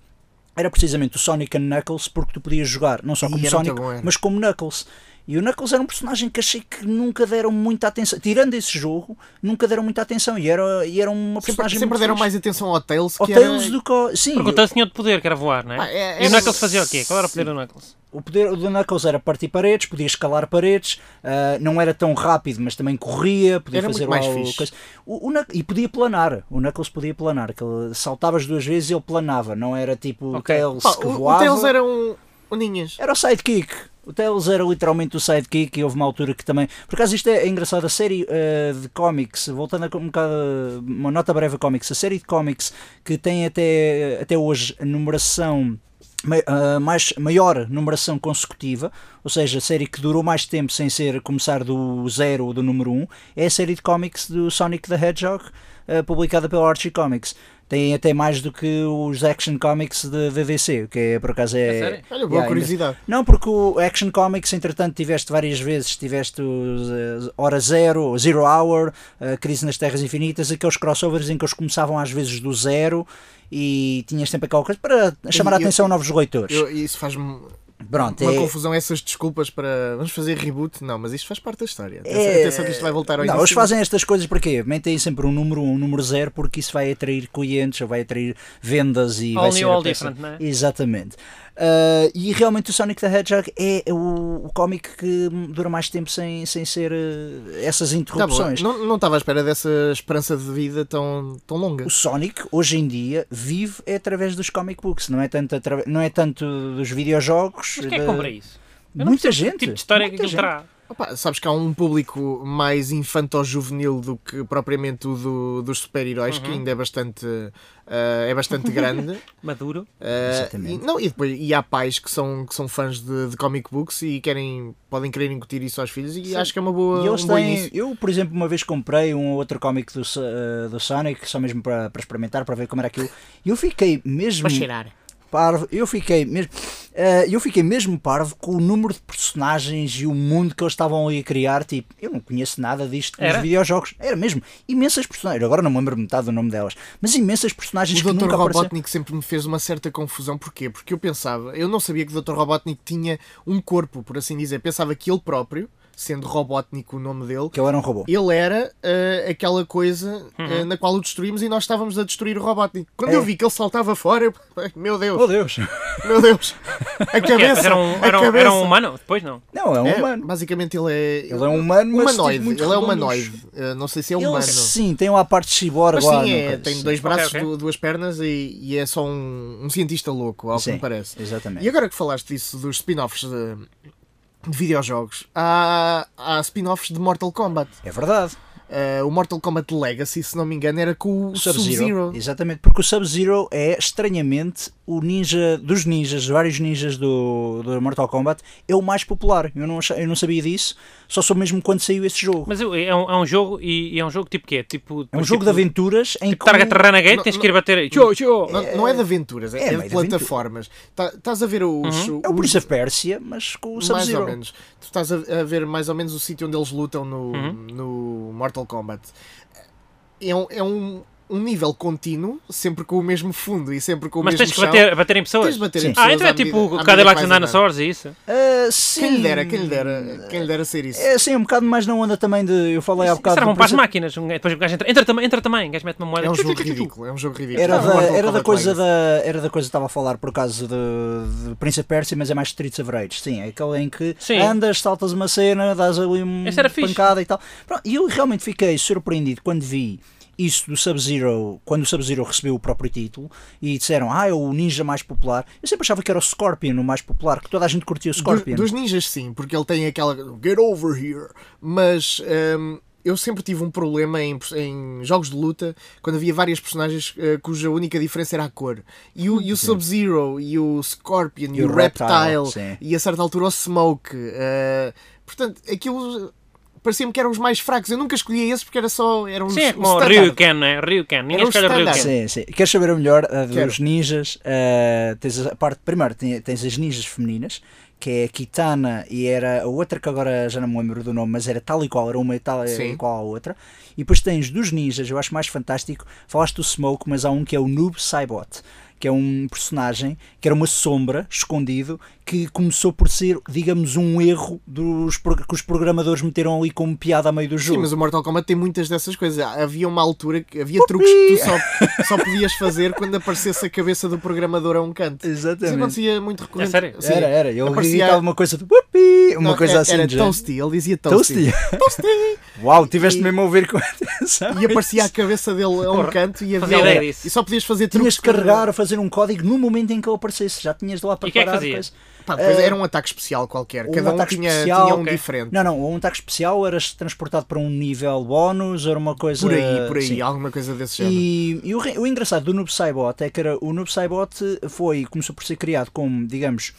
S5: era precisamente o Sonic and Knuckles, porque tu podias jogar não só
S3: Ih,
S5: como
S3: era
S5: Sonic,
S3: muito bom, era.
S5: mas como Knuckles. E o Knuckles era um personagem que achei que nunca deram muita atenção, tirando esse jogo, nunca deram muita atenção e era, e era uma
S3: sempre,
S5: personagem é
S3: sempre
S5: muito
S3: deram
S5: fixe.
S3: mais atenção ao Tails,
S5: Ao
S3: que era-
S5: Tails do que. Sim,
S4: Porque o Tails tinha outro poder, que era voar, não é?
S3: Ah, é-
S4: E
S3: é-
S4: o Knuckles fazia o quê? Qual era o poder do Knuckles?
S5: O poder do Knuckles era partir paredes, podia escalar paredes, ah, não era tão rápido, mas também corria, podia
S3: Era
S5: fazer
S3: muito mais
S5: lá o-
S3: fixe.
S5: coisa. O- o Knuck- e podia planar. O Knuckles podia planar, que ele saltavas duas vezes e ele planava, não era tipo o
S4: Ok.
S5: Tails
S3: Pá,
S5: que
S3: o, o
S5: voava.
S3: Tails era um, um ninhas.
S5: Era o sidekick. O Tails era literalmente o sidekick e houve uma altura que também. Por acaso isto é, é engraçado, a série eh, de cómics, voltando a um bocado. Uma nota breve a cómics, a série de cómics que tem até, até hoje a numeração. mai- ah, mais, maior numeração consecutiva, ou seja, a série que durou mais tempo sem ser começar do zero ou do número um, é a série de cómics do Sonic the Hedgehog, eh, publicada pela Archie Comics. Tem até mais do que os Action Comics da VVC, o que é, por acaso é.
S4: É sério?
S3: Olha, boa
S5: Yeah,
S3: curiosidade.
S5: não, porque o Action Comics, entretanto, tiveste várias vezes, tiveste os, eh, Hora Zero, Zero Hour, a Crise nas Terras Infinitas, aqueles crossovers em que eles começavam às vezes do zero e tinhas sempre aquela coisa para chamar a
S3: eu-
S5: atenção a novos leitores.
S3: Eu- isso faz-me
S5: Pronto,
S3: uma
S5: é-
S3: confusão, essas desculpas para vamos fazer reboot. Não, mas isto faz parte da história. Atenção,
S5: É-
S3: atenção que isto vai voltar ao
S5: Não,
S3: início.
S5: eles fazem estas coisas para quê? Mentem sempre um número um, um número zero, porque isso vai atrair clientes, ou vai atrair vendas e
S4: All
S5: vai
S4: new,
S5: ser a
S4: all
S5: peça-
S4: different, não é?
S5: Exatamente. Ah, e realmente o Sonic the Hedgehog é o, o cómic que dura mais tempo sem, sem ser ah, essas
S3: Tá bom,
S5: interrupções.
S3: não, não estava à espera dessa esperança de vida tão, tão longa.
S5: o Sonic, hoje em dia, vive é através dos comic books, não é tanto, atra- não é tanto dos videojogos.
S4: Mas quem é que
S5: da-
S4: compra isso? Eu não
S5: Muita
S4: percebo
S5: gente.
S4: Que tipo de história
S5: muita
S4: que aquilo
S5: gente.
S4: terá?
S3: Opa, sabes que há um público mais infanto-juvenil do que propriamente o do- dos super-heróis,
S5: Uhum.
S3: que ainda é bastante, eh, é bastante grande.
S4: Maduro.
S3: Eh,
S5: Exatamente.
S3: e, não, e, depois, e há pais que são, que são fãs de, de comic books e querem, podem querer incutir isso aos filhos, e acho que é uma boa,
S5: E eles
S3: um bom
S5: têm-
S3: início.
S5: eu, por exemplo, uma vez comprei um ou outro cómic do, So- eh, do Sonic, só mesmo para, para experimentar, para ver como era aquilo. E eu fiquei mesmo parvo, eu fiquei mesmo, eh, eu fiquei mesmo parvo com o número de personagens e o mundo que eles estavam ali a criar. Tipo, eu não conheço nada disto nos
S4: Era?
S5: videojogos. Era mesmo imensas personagens. Agora não me lembro metade do nome delas, mas imensas personagens
S3: O
S5: que
S3: Dr.
S5: nunca apareceram.
S3: Robotnik sempre me fez uma certa confusão. Porquê? Porque eu pensava, eu não sabia que o Dr. Robotnik tinha um corpo, por assim dizer. Pensava que ele próprio, sendo Robotnik o nome dele,
S5: Que ele era um robô.
S3: ele era ah, aquela coisa ah,
S4: Uhum.
S3: na qual o destruímos e nós estávamos a destruir o Robotnik. Quando
S4: É.
S3: eu vi que ele saltava fora, eu... Ai, meu Deus,
S5: Oh Deus!
S3: meu Deus, a
S4: Que é, mas
S3: cabeça,
S4: era, um,
S3: a
S4: era, um,
S3: cabeça.
S4: era um humano? Depois não.
S5: Não, é um
S3: É,
S5: humano.
S3: Basicamente ele é.
S5: Ele é um humano, mas
S3: humanoide.
S5: tipo, muito
S3: ele é
S5: redondo.
S3: humanoide. Ah, não sei se é humano.
S5: Ele, sim, tem lá a parte
S3: Mas
S5: ciborgue lá.
S3: sim, é,
S5: não-
S3: tem dois braços,
S4: Ok, ok.
S3: du- duas pernas e, e é só um, um cientista louco, ao que
S5: Sim,
S3: me parece.
S5: exatamente.
S3: E agora que falaste disso, dos spin-offs eh, de, videojogos, há, há spin-offs de Mortal Kombat.
S5: É verdade.
S3: Eh, o Mortal Kombat Legacy, se não me engano, era com o Sub-Zero.
S5: Exatamente, porque o Sub-Zero é estranhamente o ninja dos ninjas, vários ninjas do, do Mortal Kombat, é o mais popular. Eu não, acha- eu não sabia disso, só soube mesmo quando saiu esse jogo.
S4: Mas eu- é um, é um jogo e, e é um jogo tipo quê? Tipo,
S5: é um jogo de aventuras em
S4: Tipo,
S5: que.
S4: targa
S5: o-
S4: terrana gate, tens que ir bater. aí. Tchô, tchô.
S3: Não, não é de aventuras, é,
S5: É,
S3: é
S5: meio
S3: de
S5: de aventura.
S3: plataformas. Tá- Estás a ver
S4: Uhum.
S3: os.
S5: É o
S3: os-
S5: Prince of Persia, mas
S4: Um
S5: com o
S3: mais ou
S5: Sub-Zero.
S3: menos. Tu estás a, a ver mais ou menos
S4: Uhum.
S3: o sítio onde eles lutam no, no Mortal Kombat. É um, é um, um nível contínuo, sempre com o mesmo fundo e sempre com o
S4: Mas
S3: mesmo
S4: tens que
S3: chão.
S4: bater, bater em pessoas.
S3: Tens de bater em
S5: Sim.
S3: pessoas
S4: ah, então
S3: à
S4: é
S3: medida-
S4: tipo
S3: à medida
S4: Cadillacs
S3: que
S4: and
S3: vais andando.
S4: Dinosaurs e isso.
S5: Ah, sim.
S3: Quem lhe dera, quem lhe dera, quem lhe dera ser isso.
S5: É assim, um bocado mais na onda também de. Eu falei há
S4: Isso
S5: bocado.
S4: era
S5: do
S4: bom para as
S5: preço-
S4: máquinas. Um gajo- Depois o gajo entra, entra também, entra também. O gajo mete uma moeda.
S3: É um
S4: Tchu,
S3: jogo
S4: tchu, tchu, tchu.
S3: ridículo, é um jogo ridículo.
S5: Era
S3: Não,
S5: da,
S3: Mortal
S5: era da
S3: Kombat
S5: coisa
S3: Legacy.
S5: da era da coisa que estava a falar por acaso de, de Prince of Persia, mas é mais Streets of Rage. Sim, é aquele em que
S4: Sim.
S5: andas, saltas uma cena, dás ali uma
S4: Esse era fixe.
S5: pancada e tal. Pronto, E eu realmente fiquei surpreendido quando vi isso do Sub-Zero, quando o Sub-Zero recebeu o próprio título e disseram, ah, é o ninja mais popular. Eu sempre achava que era o Scorpion o mais popular, que toda a gente curtia o
S3: Do-
S5: Scorpion. é?
S3: dos ninjas, sim, porque ele tem aquela get over here. Mas hum, eu sempre tive um problema em, em jogos de luta quando havia várias personagens eh, cuja única diferença era a cor. E o, e o Sub-Zero, e o Scorpion, e, o Reptile,
S5: sim.
S3: e a certa altura o Smoke. eh, portanto, aquilo. Parecia-me que eram os mais fracos. Eu nunca escolhia esse porque era um só. Eram
S4: Sim, é
S3: os,
S4: como o Ryuken, né? Ryuken. Ninguém
S3: Era um
S4: escolhe o
S3: standard.
S4: Ryuken.
S5: Sim, sim. Queres saber o melhor a dos
S3: Quero.
S5: ninjas? ah, tens a parte, primeiro tem- tens as ninjas femininas, que é a Kitana e era a outra que agora já não me lembro do nome, mas era tal e qual, era uma e tal
S3: Sim.
S5: e qual a outra. E depois tens dos ninjas, eu acho mais fantástico. Falaste do Smoke, mas há um que é o Noob Saibot. Que é um personagem que era uma sombra escondido que começou por ser, digamos, um erro dos, pro- que os programadores meteram ali como piada a meio do
S3: Sim,
S5: jogo.
S3: mas o Mortal Kombat tem muitas dessas coisas. Havia uma altura que havia truques que tu só, só podias fazer quando aparecesse a cabeça do programador a um canto. Isso
S5: Exatamente.
S3: acontecia muito recorrente.
S4: É sério?
S3: Sim.
S5: Era, era. Ele
S3: Aparecia-
S5: gritava uma coisa de Whoopi! Uma
S3: Não,
S5: coisa
S3: era-
S5: assim.
S3: Era
S5: de género.
S3: Toasty, ele dizia Toasty.
S5: Toasty. Uau, tiveste
S3: E-
S5: mesmo a ouvir com atenção.
S3: E aparecia a cabeça dele a um
S4: Porra,
S3: canto e havia.
S4: fazia ideia disso.
S3: E só podias fazer
S5: Tinhas
S3: truques.
S5: de carregar a fazer um código no momento em que ele aparecesse. Já tinhas de lá
S4: E o que é que
S5: preparado.
S4: fazia?
S5: coisa.
S3: Pá, depois
S5: Eh,
S3: era um ataque especial qualquer.
S5: um
S3: Cada um
S5: ataque
S3: tinha,
S5: especial,
S3: tinha um
S4: ok.
S3: diferente.
S5: Não, não, ou um ataque especial, eras transportado para um nível bónus, era uma coisa.
S3: Por aí, por aí,
S5: eh, Sim.
S3: alguma coisa desse género.
S5: E, e o, re- o engraçado do Noob Saibot é que era, o Noob Saibot foi, começou por ser criado como, digamos,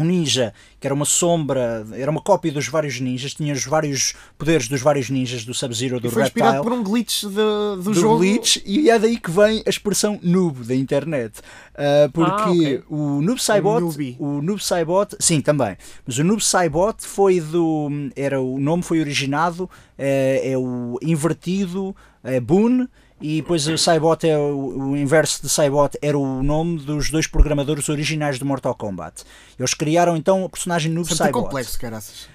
S5: um ninja que era uma sombra, era uma cópia dos vários ninjas, tinha os vários poderes dos vários ninjas do Sub-Zero, do
S3: E foi
S5: Reptile.
S3: inspirado por um glitch de- do,
S5: do
S3: jogo.
S5: glitch e é daí que vem a expressão noob da internet. Ah, porque
S4: Ah, ok.
S5: o noob Saibot,
S3: Newbie.
S5: o noob Saibot, sim, também. Mas o noob Saibot foi do era o nome foi originado é, é o invertido é Boon e depois o Saibot é o, o inverso de Saibot era o nome dos dois programadores originais do Mortal Kombat. Eles criaram então o personagem noob
S3: Sempre
S5: Saibot.
S3: complexo, caraças.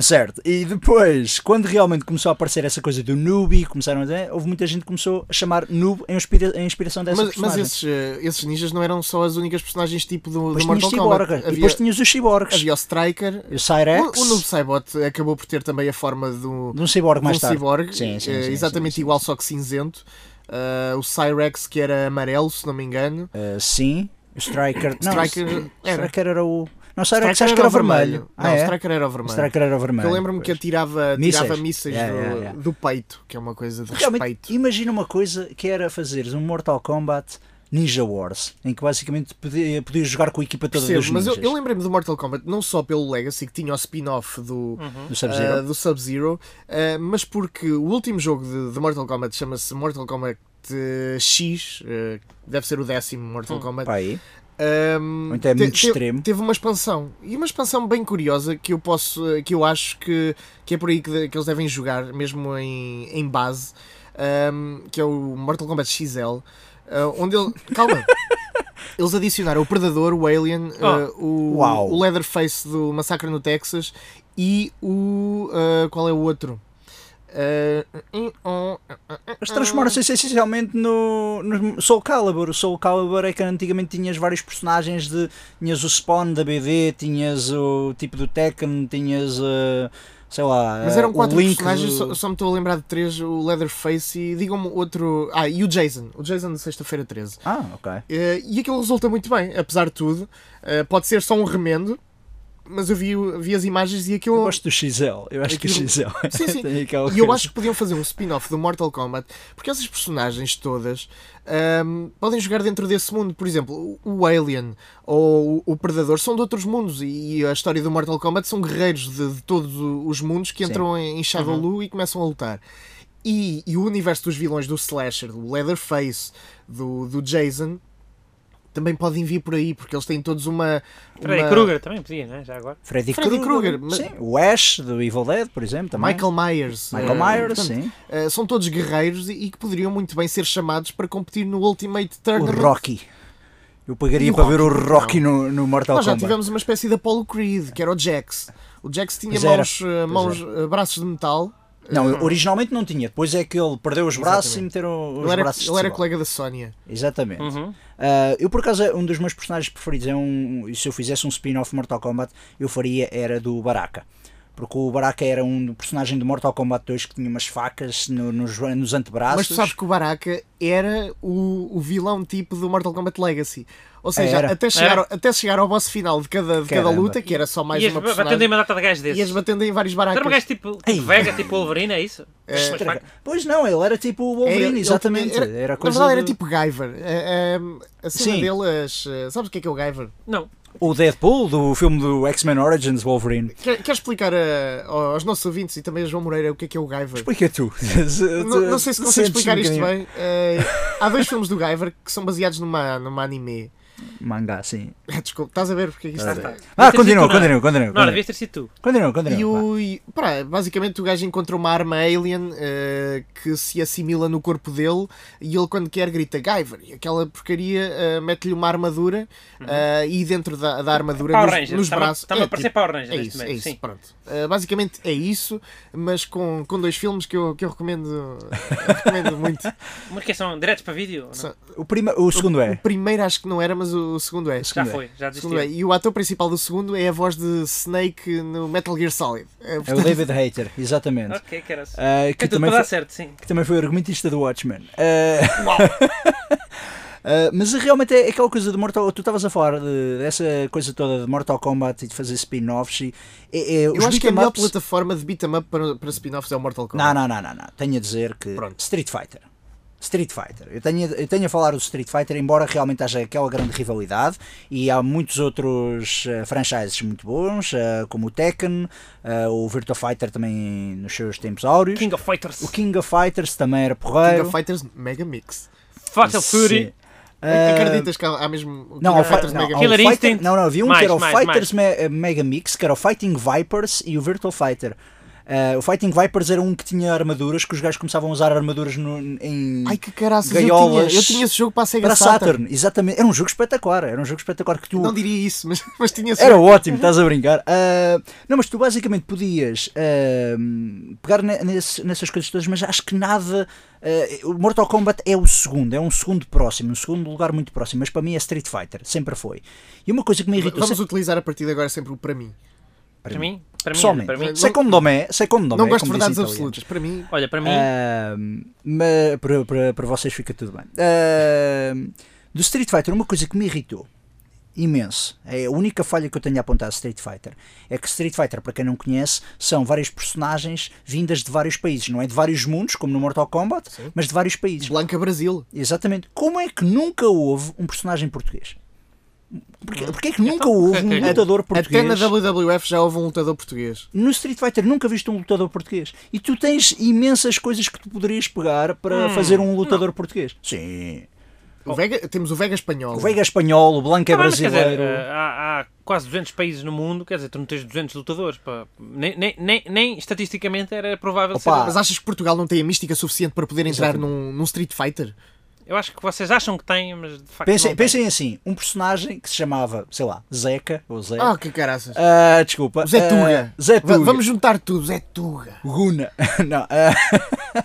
S5: Certo, e depois, quando realmente começou a aparecer essa coisa do noob e começaram a dizer, houve muita gente que começou a chamar noob em, inspira- em inspiração dessa
S3: Mas, mas
S5: personagem.
S3: esses, eh, esses ninjas não eram só as únicas personagens tipo do, do
S5: depois
S3: Mortal
S5: tinhas
S3: Kombat.
S5: ciborgas, e depois
S3: Havia-
S5: tinhas os ciborgues,
S3: Havia o Striker.
S5: o Cyrex,
S3: O, o Noob Saibot acabou por ter também a forma do,
S5: de um cyborg mais
S3: um
S5: tarde.
S3: cyborg,
S5: Sim, sim,
S3: eh,
S5: sim,
S3: exatamente
S5: sim, sim,
S3: igual, só que cinzento. Ah, o Cyrex, que era amarelo, se não me engano.
S5: Ah, sim, o Striker, não,
S3: Striker
S5: o
S3: era.
S5: Striker era o... Não, o Cyrex acho que era o vermelho.
S3: Não,
S5: Ah,
S3: o
S5: é?
S3: Striker era o
S5: O
S3: vermelho.
S5: Striker era o vermelho.
S3: eu lembro-me que
S5: pois.
S3: atirava,
S5: Mísseis.
S3: atirava mísseis
S5: Yeah,
S3: do,
S5: yeah, yeah.
S3: do peito, que é uma coisa de
S5: Realmente,
S3: respeito.
S5: imagina uma coisa que era fazeres um Mortal Kombat Ninja Wars, em que basicamente podia- podias jogar com a equipa toda
S3: Percebo,
S5: dos
S3: mas
S5: ninjas.
S3: eu, eu lembrei-me do Mortal Kombat não só pelo Legacy, que tinha o spin-off do,
S5: Do Sub-Zero.
S3: ah, do Sub-Zero, ah, mas porque o último jogo de, de Mortal Kombat chama-se Mortal Kombat eh, X, eh, deve ser o décimo Mortal Kombat.
S5: Hum. Pá, aí.
S3: Um,
S5: Ou então é
S3: te-
S5: muito
S3: te-
S5: extremo.
S3: Teve uma expansão. E uma expansão bem curiosa que eu posso, eh, que eu acho que, que é por aí que, de- que eles devem jogar, mesmo em, em base, um, que é o Mortal Kombat XL, eh, onde ele. Calma! Eles adicionaram o Predador, o Alien, eh, o,
S5: Ah. Uau.
S3: o Leatherface do Massacre no Texas e o. eh, qual é o outro? Eh, eh, oh,
S5: Eles transformaram-se essencialmente no, no Soul Calibur. O Soul Calibur é que antigamente tinhas vários personagens de. Tinhas o Spawn da BD, tinhas o tipo do Tekken, tinhas. eh, sei lá.
S3: Mas
S5: eh,
S3: eram
S5: o
S3: quatro
S5: Link
S3: personagens,
S5: do-
S3: só, só me estou a lembrar de três: o Leatherface e digam-me outro. Ah, e o Jason, o Jason de sexta-feira 13.
S5: Ah, ok.
S3: Eh, e aquilo resulta muito bem, apesar de tudo. Eh, pode ser só um remendo, mas eu vi, vi as imagens e
S5: Eu
S3: aquilo.
S5: gosto do XL. Eu acho que o
S3: Aquilo-
S5: XL.
S3: Sim, sim.
S5: tem aquela
S3: E eu
S5: coisa.
S3: acho que podiam fazer um spin-off do Mortal Kombat, porque essas personagens todas ahm, podem jogar dentro desse mundo. Por exemplo, o o Alien ou o Predador são de outros mundos e e a história do Mortal Kombat são guerreiros de, de todos o- os mundos que entram em em
S5: Uhum.
S3: Shadowloo e começam a lutar. E, e o universo dos vilões do Slasher, do Leatherface, do, do Jason, também podem vir por aí, porque eles têm todos uma.
S4: Freddy
S3: uma-
S4: Krueger também podia, né? Já agora.
S5: Freddy,
S3: Freddy Krueger, mas-
S5: Sim, o Ash do Evil Dead, por exemplo, também.
S3: Michael Myers. eh,
S5: Michael Myers,
S3: portanto,
S5: sim.
S3: eh, são todos guerreiros e, e que poderiam muito bem ser chamados para competir no Ultimate
S5: O
S3: Tournament.
S5: Rocky. Eu pagaria
S3: E o
S5: para ver o
S3: Rocky,
S5: Rocky no, no Mortal
S3: Nós já
S5: Kombat.
S3: tivemos uma espécie de Apollo Creed, que era o Jax. O Jax tinha
S5: Pois era,
S3: mãos, eh, mãos eh, braços de metal.
S5: Não,
S3: Uhum.
S5: originalmente não tinha. Depois é que ele perdeu os braços e meteram os
S3: Ele era,
S5: braços de
S3: ele era
S5: cebol.
S3: colega Uhum. da Sónia.
S5: Exatamente. Ah, eu, por acaso, um dos meus personagens preferidos é um. Se eu fizesse um spin-off Mortal Kombat, eu faria era do Baraka. Porque o Baraka era um personagem do Mortal Kombat 2 que tinha umas facas no- nos, nos antebraços.
S3: Mas tu sabes que o Baraka era o, o vilão tipo do Mortal Kombat Legacy. Ou seja,
S5: Era.
S3: até chegar,
S4: Era.
S3: ao- até chegar ao boss final de cada, de cada
S5: Caramba.
S3: luta, que era só mais
S4: Ias
S3: uma
S4: batendo em
S3: personagem,
S4: uma data de gajos desses.
S3: ias batendo em vários
S4: Era um
S3: baracas.
S4: gajo tipo,
S5: Ei.
S4: tipo Vega, tipo Wolverine, é isso? Mas
S5: Estra-
S4: pá,
S5: Pois não, ele era tipo o
S3: É,
S5: Wolverine,
S3: ele-
S5: exatamente.
S3: ele-
S5: Era, coisa
S3: na verdade, era
S5: de-
S3: tipo Guyver. É, é, a cena
S5: Sim.
S3: dele, as, eh, sabes o que é que é o Guyver?
S4: Não.
S5: O Deadpool do filme do X-Men Origins Wolverine.
S3: Quer, quer explicar eh, aos nossos ouvintes e também a João Moreira o que é que é o Guyver?
S5: Explica tu.
S3: Não, não sei se consigo
S5: Sentes-me
S3: explicar
S5: um
S3: isto
S5: bocadinho-
S3: bem. Eh, há dois filmes do Guyver que são baseados numa, numa anime.
S5: Mangá, sim.
S3: Desculpa, estás a ver porque é que isto
S5: Ah,
S3: é.
S5: Ah,
S4: Devias ter
S5: continua,
S4: sido tu, não era?
S5: continua, continua.
S4: Não,
S5: continua.
S4: devias ter sido tu.
S5: Continua, continua.
S3: E
S5: vá.
S3: o, e, pá, basicamente o gajo encontra uma arma alien eh, que se assimila no corpo dele e ele quando quer grita Guyver e aquela porcaria eh, mete-lhe uma armadura eh, e dentro da, da armadura
S4: Uhum. Power
S3: nos,
S4: Rangers,
S3: nos
S4: está-me-
S3: braços
S4: está-me a parecer Power Rangers
S3: é
S4: neste
S3: isso,
S4: momento,
S3: é isso,
S4: sim.
S3: pronto. Eh, basicamente é isso mas com, com dois filmes que eu, que eu recomendo eu recomendo muito
S4: Mas que são diretos para vídeo? ou não?
S3: São-
S5: O, prima- o segundo
S3: o
S5: é.
S3: primeiro acho que não era mas o, o segundo é
S4: Já
S5: segundo é.
S4: foi, já
S3: O segundo
S4: desistiu.
S3: é. e o ator principal do segundo é a voz de Snake no Metal Gear Solid Eh,
S5: É
S3: portanto,
S5: o David Hater, exatamente.
S4: Ok, que era assim.
S5: Ah,
S4: É
S5: que,
S3: então
S4: tudo
S5: também
S4: para dar
S5: foi,
S4: certo, sim.
S5: que também foi argumentista do Watchmen. Ah, ah, mas realmente é aquela coisa de Mortal Tu estavas a falar de- dessa coisa toda de Mortal Kombat e de fazer spin-offs. E, é- é- os
S3: Eu acho que a
S5: beat'em
S3: melhor
S5: ups-
S3: plataforma de beat'em up para, para spin-offs é o Mortal
S5: Não,
S3: Kombat.
S5: não, não, não, não. Tenho a dizer que
S3: Pronto.
S5: Street Fighter. Street Fighter. Eu tenho, a- eu tenho a falar do Street Fighter, embora realmente haja aquela grande rivalidade e há muitos outros eh, franchises muito bons, eh, como o Tekken, eh, o Virtua Fighter também nos seus tempos áureos.
S4: King of Fighters.
S5: O King of Fighters também era
S3: King
S5: porreiro.
S3: of Fighters Mega Mix.
S4: Fatal
S5: Sim.
S4: Fury.
S5: Eh,
S3: Acreditas que há há mesmo o
S5: Não,
S3: King
S5: ao
S3: of
S5: Fi-
S3: Fighters
S5: não,
S3: Mega
S5: ao
S3: Mix?
S4: Killer
S5: Fighter-
S4: Instinct.
S5: não, não, havia um que
S4: Mais,
S5: era o
S4: mais,
S5: Fighters Me- eh, Mega Mix, que era o Fighting Vipers e o Virtual Fighter. Eh, o Fighting Vipers era um que tinha armaduras, que os gajos começavam a usar armaduras no, em
S3: Ai que caraças, eu tinha,
S5: é gaiolas.
S3: eu tinha esse jogo para a Sega
S5: Para
S3: Saturn.
S5: Saturn, exatamente. Era um jogo espetacular, era um jogo espetacular que tu.
S3: Não diria isso, Uhum. mas, mas tinha esse
S5: Era
S3: jogo.
S5: ótimo, estás a brincar. Ah, não, mas tu basicamente podias ah, pegar ne- nesse- nessas coisas todas, mas acho que nada. ah, o Mortal Kombat é o segundo, é um segundo próximo, um segundo lugar muito próximo, mas para mim é Street Fighter, sempre foi. E uma coisa que me irritou.
S3: Vamos
S5: sempre-
S3: utilizar a partir de agora sempre o para mim.
S4: Para mim, para mim, olha,
S5: pessoalmente,
S4: para mim.
S5: sei como domé, sei como domé.
S3: Não gosto de
S5: é como
S3: verdades
S5: dizem
S3: absolutas. Para mim,
S4: Olha, para mim,
S5: É, Ahm, mas para, para, para vocês fica tudo bem. Ahm, do Street Fighter, uma coisa que me irritou imenso, é a única falha que eu tenho a apontar a Street Fighter, é que Street Fighter, para quem não conhece, são vários personagens vindas de vários países, não é de vários mundos, como no Mortal Kombat, mas de vários países.
S3: Blanca Brasil.
S5: Exatamente. Como é que nunca houve um personagem português? Porquê,
S4: Hum.
S5: porquê é que nunca houve um
S4: ok.
S5: lutador
S3: Até
S5: português?
S3: na WWF já houve um lutador português.
S5: no Street Fighter nunca viste um lutador português. E tu tens imensas coisas que tu poderias pegar
S4: Hum.
S5: para fazer um lutador português. Sim.
S3: O Vega- temos o Vega espanhol.
S5: Oh. O Vega é espanhol, o Blanco é
S4: Ah, mas, quer dizer,
S5: brasileiro.
S4: eh, há, há quase 200 países no mundo, quer dizer, tu não tens 200 lutadores. pá. Nem, nem, nem, nem estatisticamente era provável
S5: Opa.
S4: ser. um
S3: Mas achas que Portugal não tem a mística suficiente para poder entrar num, num Street Fighter?
S4: Eu acho que vocês acham que têm, mas de facto.
S5: Pensem,
S4: não têm.
S5: pensem assim, um personagem que se chamava, sei lá, Zeca ou Zé.
S3: Ah, que caraças.
S5: Ah, desculpa.
S3: Zé
S5: Ah,
S3: Tuga.
S5: É. Zé
S3: Va-
S5: Tuga.
S3: Vamos juntar tudo, Zé Tuga.
S5: Guna. Não. ah,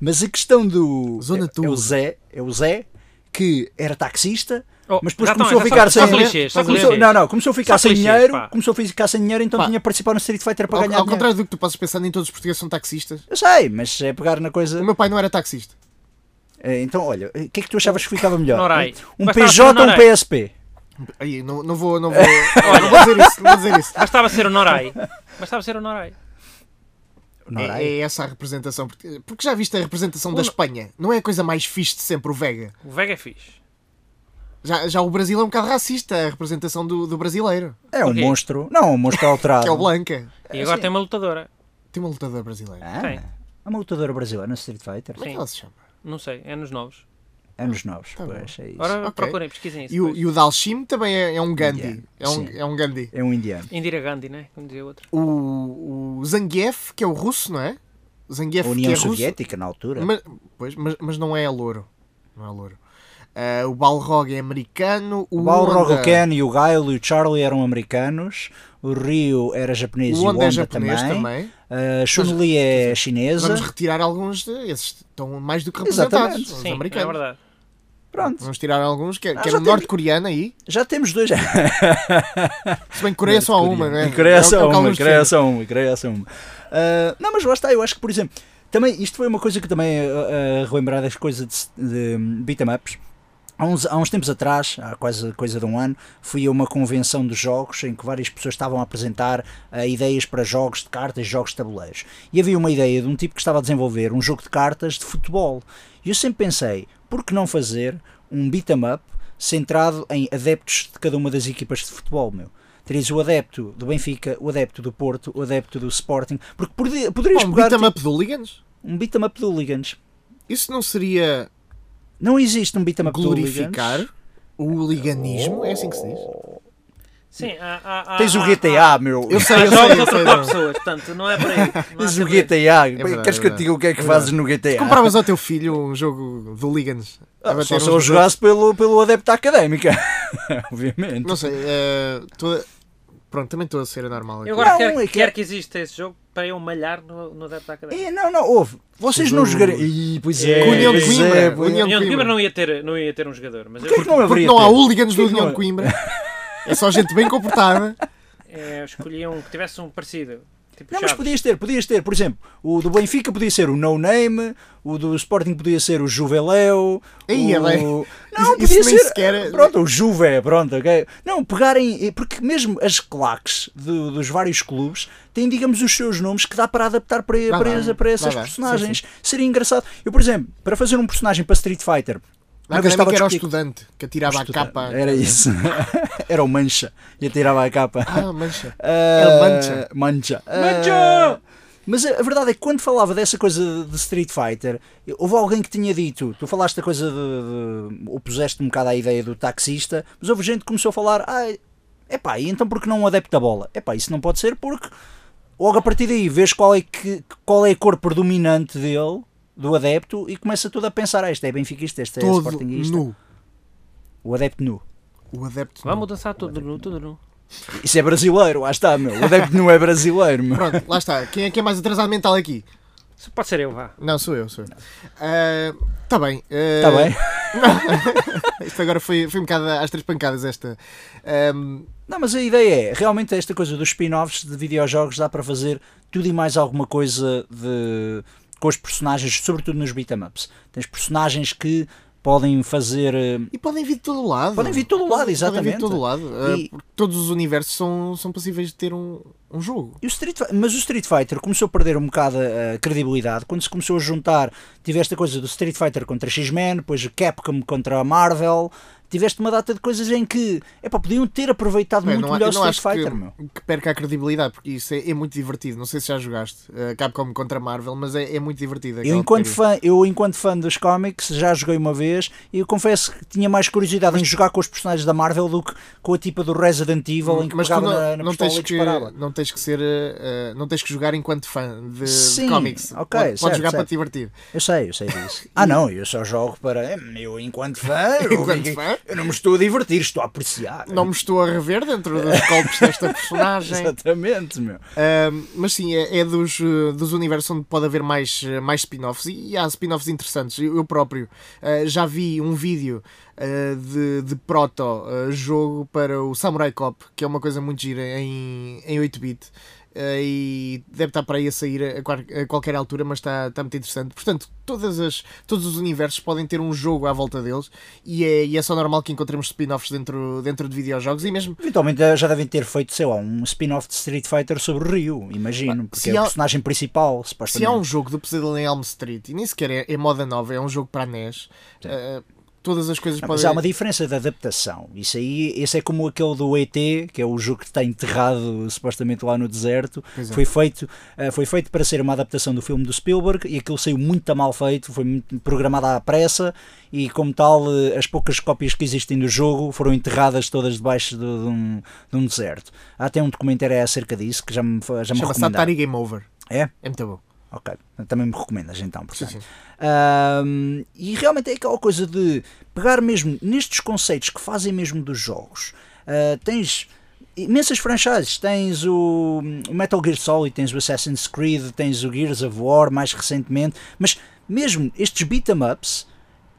S5: mas a questão do.
S3: Zona
S5: é- é,
S3: Tuga.
S5: o Zé, é o Zé que era taxista.
S4: Oh,
S5: mas depois
S4: já estão,
S5: começou a
S4: já
S5: ficar
S4: só- só
S5: sem
S4: clichês, só
S5: começou-
S4: clichês.
S5: Não, não, começou a ficar
S4: Só
S5: sem
S4: clichês,
S5: dinheiro,
S4: pá.
S5: começou a ficar sem dinheiro, então
S3: Pá.
S5: tinha que participar no Street Fighter para
S3: Ao,
S5: ganhar
S3: ao
S5: dinheiro.
S3: contrário do que tu possas pensar, nem todos os portugueses são taxistas.
S5: Eu sei, mas é pegar na coisa.
S3: O meu pai não era taxista.
S5: Eh, Então, olha, o que é que tu achavas que ficava melhor?
S4: Norai.
S5: Um
S4: Bastava ser
S5: PJ ou um
S4: Norai.
S5: PSP?
S3: Aí, não, não vou, não vou, não vou dizer isso, não vou dizer isso.
S4: Bastava ser o Norai. Bastava ser o Norai.
S5: Norai.
S3: É, é essa a representação, porque, porque já viste a representação da Espanha, não é a coisa mais fixe de sempre o Vega.
S4: O Vega é fixe.
S3: Já, já o Brasil é um bocado racista, a representação do, do brasileiro,
S5: É um
S4: Porquê?
S5: monstro. Não, um monstro alterado.
S3: que é o Blanca.
S4: E agora tem uma lutadora.
S3: Tem uma lutadora brasileira.
S5: Ah,
S4: Tem.
S5: é uma lutadora brasileira no Street Fighter.
S3: Como é que
S4: Sim.
S3: ela se chama?
S4: Não sei, é nos novos.
S5: Anos novos,
S3: Tá
S5: pois, é isso.
S4: Ora,
S3: Ok.
S4: procurem, pesquisem isso.
S3: E o,
S4: depois.
S3: e o Dalshim também é, é um Gandhi. É um,
S5: Sim.
S3: é um Gandhi.
S5: É um indiano.
S4: Indira Gandhi, né? Como dizia o outro.
S3: O, o Zangief, que é o russo, não é? O Zangief,
S5: A
S3: que
S5: União
S3: é russo.
S5: Soviética, na altura.
S3: Mas, pois, mas, mas não é louro. Não é louro. Ah, o Balrog é americano. O
S5: O Balrog,
S3: Honda-
S5: o Ken e o Gail e o Charlie eram americanos. O Ryu era japonês
S3: O
S5: e o
S3: Honda
S5: Honda
S3: é japonês
S5: também.
S3: também.
S5: A Chun-Li é chinesa.
S3: Vamos retirar alguns de. Esses estão mais do que
S5: Exatamente.
S3: representados. Os
S4: Sim, é
S3: americanos.
S4: verdade.
S5: Pronto,
S3: Vamos tirar alguns, que é-
S5: Ah,
S3: que era
S5: já
S3: o
S5: temos-
S3: norte-coreano aí.
S5: já temos dois.
S3: Se bem que Coreia só há uma, não é?
S5: E Coreia só
S3: É o- é o que
S5: uma,
S3: alguns
S5: Coreia
S3: defendem.
S5: só uma, Coreia só uma. Ah, não, mas lá está, eu acho que, por exemplo, também, isto foi uma coisa que também ah, ah, relembrar das coisas de, se- de beat 'em ups. Há uns, há uns tempos atrás, há quase coisa de um ano, fui a uma convenção de jogos em que várias pessoas estavam a apresentar ah, ideias para jogos de cartas, jogos de tabuleiros. E havia uma ideia de um tipo que estava a desenvolver um jogo de cartas de futebol. E eu sempre pensei, por que não fazer um beat 'em up centrado em adeptos de cada uma das equipas de futebol, meu? Terias o adepto do Benfica, o adepto do Porto, o adepto do Sporting, porque pode- poderias
S3: Um
S5: pegar
S3: beat 'em
S5: tipo,
S3: up de hooligans?
S5: um beat 'em up de hooligans.
S3: Isso não seria
S5: Não existe um beat 'em up de
S3: glorificar
S5: hooligans.
S3: o hooliganismo? É assim que se diz?
S4: Sim, há, há, há,
S5: Tens o
S4: há-
S5: GTA, meu.
S3: Eu sei,
S4: Há
S3: eu
S4: jogos
S3: sei, eu
S4: outro
S3: sei.
S4: para
S3: Ah, não.
S4: pessoas, portanto, não é para aí. Não há
S5: Tens o
S4: segredo.
S5: GTA.
S3: verdade,
S5: Queres
S3: é
S5: que eu te diga o que é que fazes no GTA?
S3: Compravas ao teu filho um jogo de hooligans? A
S5: Ah,
S3: bater um
S5: só
S3: uns
S5: se eu
S3: nos
S5: jogasse pelo, pelo adepto à académica. Obviamente.
S3: Não sei, eh, tô a- pronto, também estou a ser anormal aqui.
S4: Eu agora
S5: Não,
S4: quero,
S5: é que-
S4: quero que exista esse jogo para eu malhar no, no Adepto da Academia.
S5: É, não, não, ouve. Vocês não
S3: Os-
S5: jogariam. Ih, pois é.
S4: Com o União de
S5: pois
S3: Coimbra,
S5: é, pois
S3: o União-
S5: é.
S4: União de
S3: Coimbra.
S4: Coimbra não ia ter, não ia ter um jogador, mas eu,
S5: Porquê que não
S3: Porque
S5: haveria?
S3: não há
S5: tempo?
S3: hooligans do
S5: Porquê que
S3: União
S5: não
S3: de Coimbra. É só gente bem comportada.
S4: eh, escolhi um que tivesse um parecido. Tipo
S5: Não, mas
S4: Chaves.
S5: podias ter, podias ter, por exemplo, o do Benfica podia ser o No Name, o do Sporting podia ser o Juveleu.
S3: Aí,
S5: o...
S3: é bem.
S5: Não,
S3: Isso- isso
S5: podia
S3: nem
S5: ser.
S3: sequer- é-
S5: Pronto, o Juve, pronto, ok? Não, pegarem. eh, Porque mesmo as claques do- dos vários clubes têm, digamos, os seus nomes que dá para adaptar para,
S3: Dá,
S5: para,
S3: dá,
S5: essa- para
S3: dá,
S5: essas
S3: dá.
S5: personagens. Seria engraçado. Eu, por exemplo, para fazer um personagem para Street Fighter.
S3: Na
S5: uma vez estava
S3: académica era
S5: a
S3: o
S5: discutir-
S3: estudante que atirava a
S5: Estudante,
S3: capa. né?
S5: Era isso. era o Mancha. E atirava a capa.
S3: Ah, mancha.
S5: Ah,
S3: Mancha.
S5: Mancha. Ah,
S4: Mancha!
S5: mas a a verdade é que quando falava dessa coisa de Street Fighter, houve alguém que tinha dito, tu falaste da coisa de, de ou puseste um bocado à ideia do taxista, mas houve gente que começou a falar, ah, epá, e então porque não um adepto da bola? Epá, isso não pode ser porque logo a partir daí vês qual é, que, qual é a cor predominante dele, do adepto, e começa tudo a pensar, ah, este é benfiquista, este é
S3: Todo
S5: sportinguista,
S3: nu.
S5: o adepto nu.
S3: O adepto nu.
S4: Vamos dançar tudo nu, tudo nu.
S5: Isso é brasileiro, lá está, meu. O adepto nu é brasileiro, meu.
S3: Pronto, lá está. Quem é que é mais atrasado mental aqui?
S4: Se Pode ser eu, vá.
S3: Não, sou eu, sou eu. Está bem. ah,
S5: Está Tá bem?
S3: Isto agora foi, foi um bocado às três pancadas esta. Ehm, Ahm,
S5: Não, mas a ideia é, realmente esta coisa dos spin-offs de videojogos dá para fazer tudo e mais alguma coisa de, com os personagens, sobretudo nos beat'em ups. Tens personagens que podem fazer... eh,
S3: e podem vir de todo o lado.
S5: Podem vir de todo o lado,
S3: Podem vir
S5: exatamente.
S3: de todo o lado. ah,
S5: E-
S3: porque todos os universos são, são passíveis de ter um, um jogo.
S5: E o Street Fi- mas o Street Fighter começou a perder um bocado a, a credibilidade quando se começou a juntar. Tiveste a coisa do Street Fighter contra X-Men, depois o Capcom contra a Marvel. Tiveste uma data de coisas em que epá, podiam ter aproveitado
S3: Bem,
S5: muito
S3: há-
S5: melhor o
S3: eu não
S5: Street
S3: acho que-
S5: Fighter. Meu.
S3: que, perca a credibilidade, porque isso é, é muito divertido. Não sei se já jogaste uh, Capcom contra Marvel, mas é, é muito divertido.
S5: Eu
S3: aquela
S5: enquanto,
S3: porcaria.
S5: fã, eu, enquanto fã dos cómics, já joguei uma vez e eu confesso que tinha mais curiosidade em jogar com os personagens da Marvel do que com a tipa do Resident Evil em que
S3: Hum, mas tu
S5: pegava
S3: não,
S5: na, na
S3: não,
S5: pistola
S3: tens
S5: e
S3: que,
S5: disparava.
S3: não tens que ser uh, uh, não tens que jogar enquanto fã de, de
S5: Sim,
S3: cómics
S5: ok,
S3: Pode- podes
S5: certo,
S3: jogar para
S5: certo.
S3: te divertir
S5: Eu sei, eu sei disso. ah, não, eu só jogo para. hum, Eu, enquanto fã, eu,
S3: Enquanto
S5: eu-
S3: fã?
S5: eu não me estou a divertir, estou a apreciar.
S3: não é. me estou a rever dentro dos golpes desta personagem
S5: Exatamente, meu.
S3: Ahm, mas sim, é, é dos, eh, dos universos onde pode haver mais, eh, mais spin-offs e, e há spin-offs interessantes. Eu, eu próprio eh, já vi um vídeo eh, de, de proto-jogo para o Samurai Cop, que é uma coisa muito gira em, em 8-bit. eh, e deve estar para aí a sair a, quar- a qualquer altura, mas está, está muito interessante. Portanto, todas as, todos os universos podem ter um jogo à volta deles, e é, e é só normal que encontremos spin-offs dentro, dentro de videojogos e mesmo
S5: Eventualmente já devem ter feito, sei lá, um spin-off de Street Fighter sobre o Ryu, imagino, porque
S3: se
S5: é o
S3: há-
S5: personagem principal,
S3: Se há um
S5: supostamente.
S3: jogo do Pesadelo em Elm Street, e nem sequer é, é moda nova, é um jogo para a NES, eh, todas as coisas
S5: Não,
S3: podem.
S5: Mas Ah, há uma é diferença de adaptação. Isso aí, esse é como aquele do ET, que é o jogo que está enterrado supostamente lá no deserto.
S3: Pois é.
S5: Foi, feito, eh, foi feito para ser uma adaptação do filme do Spielberg e aquilo saiu muito mal feito, foi muito programado à pressa e, como tal, eh, as poucas cópias que existem do jogo foram enterradas todas debaixo de, de um, de um deserto. Há até um documentário acerca disso que já me, fa- já me
S3: Chama-se
S5: recomendaram.
S3: Atari Game Over.
S5: É?
S3: É muito bom.
S5: Ok, também me recomendas então, portanto.
S3: Sim, sim.
S5: Ahm, e realmente é aquela coisa de pegar mesmo nestes conceitos que fazem mesmo dos jogos. Ah, tens imensas franchises, tens o, o Metal Gear Solid, tens o Assassin's Creed, tens o Gears of War mais recentemente, mas mesmo estes beat'em ups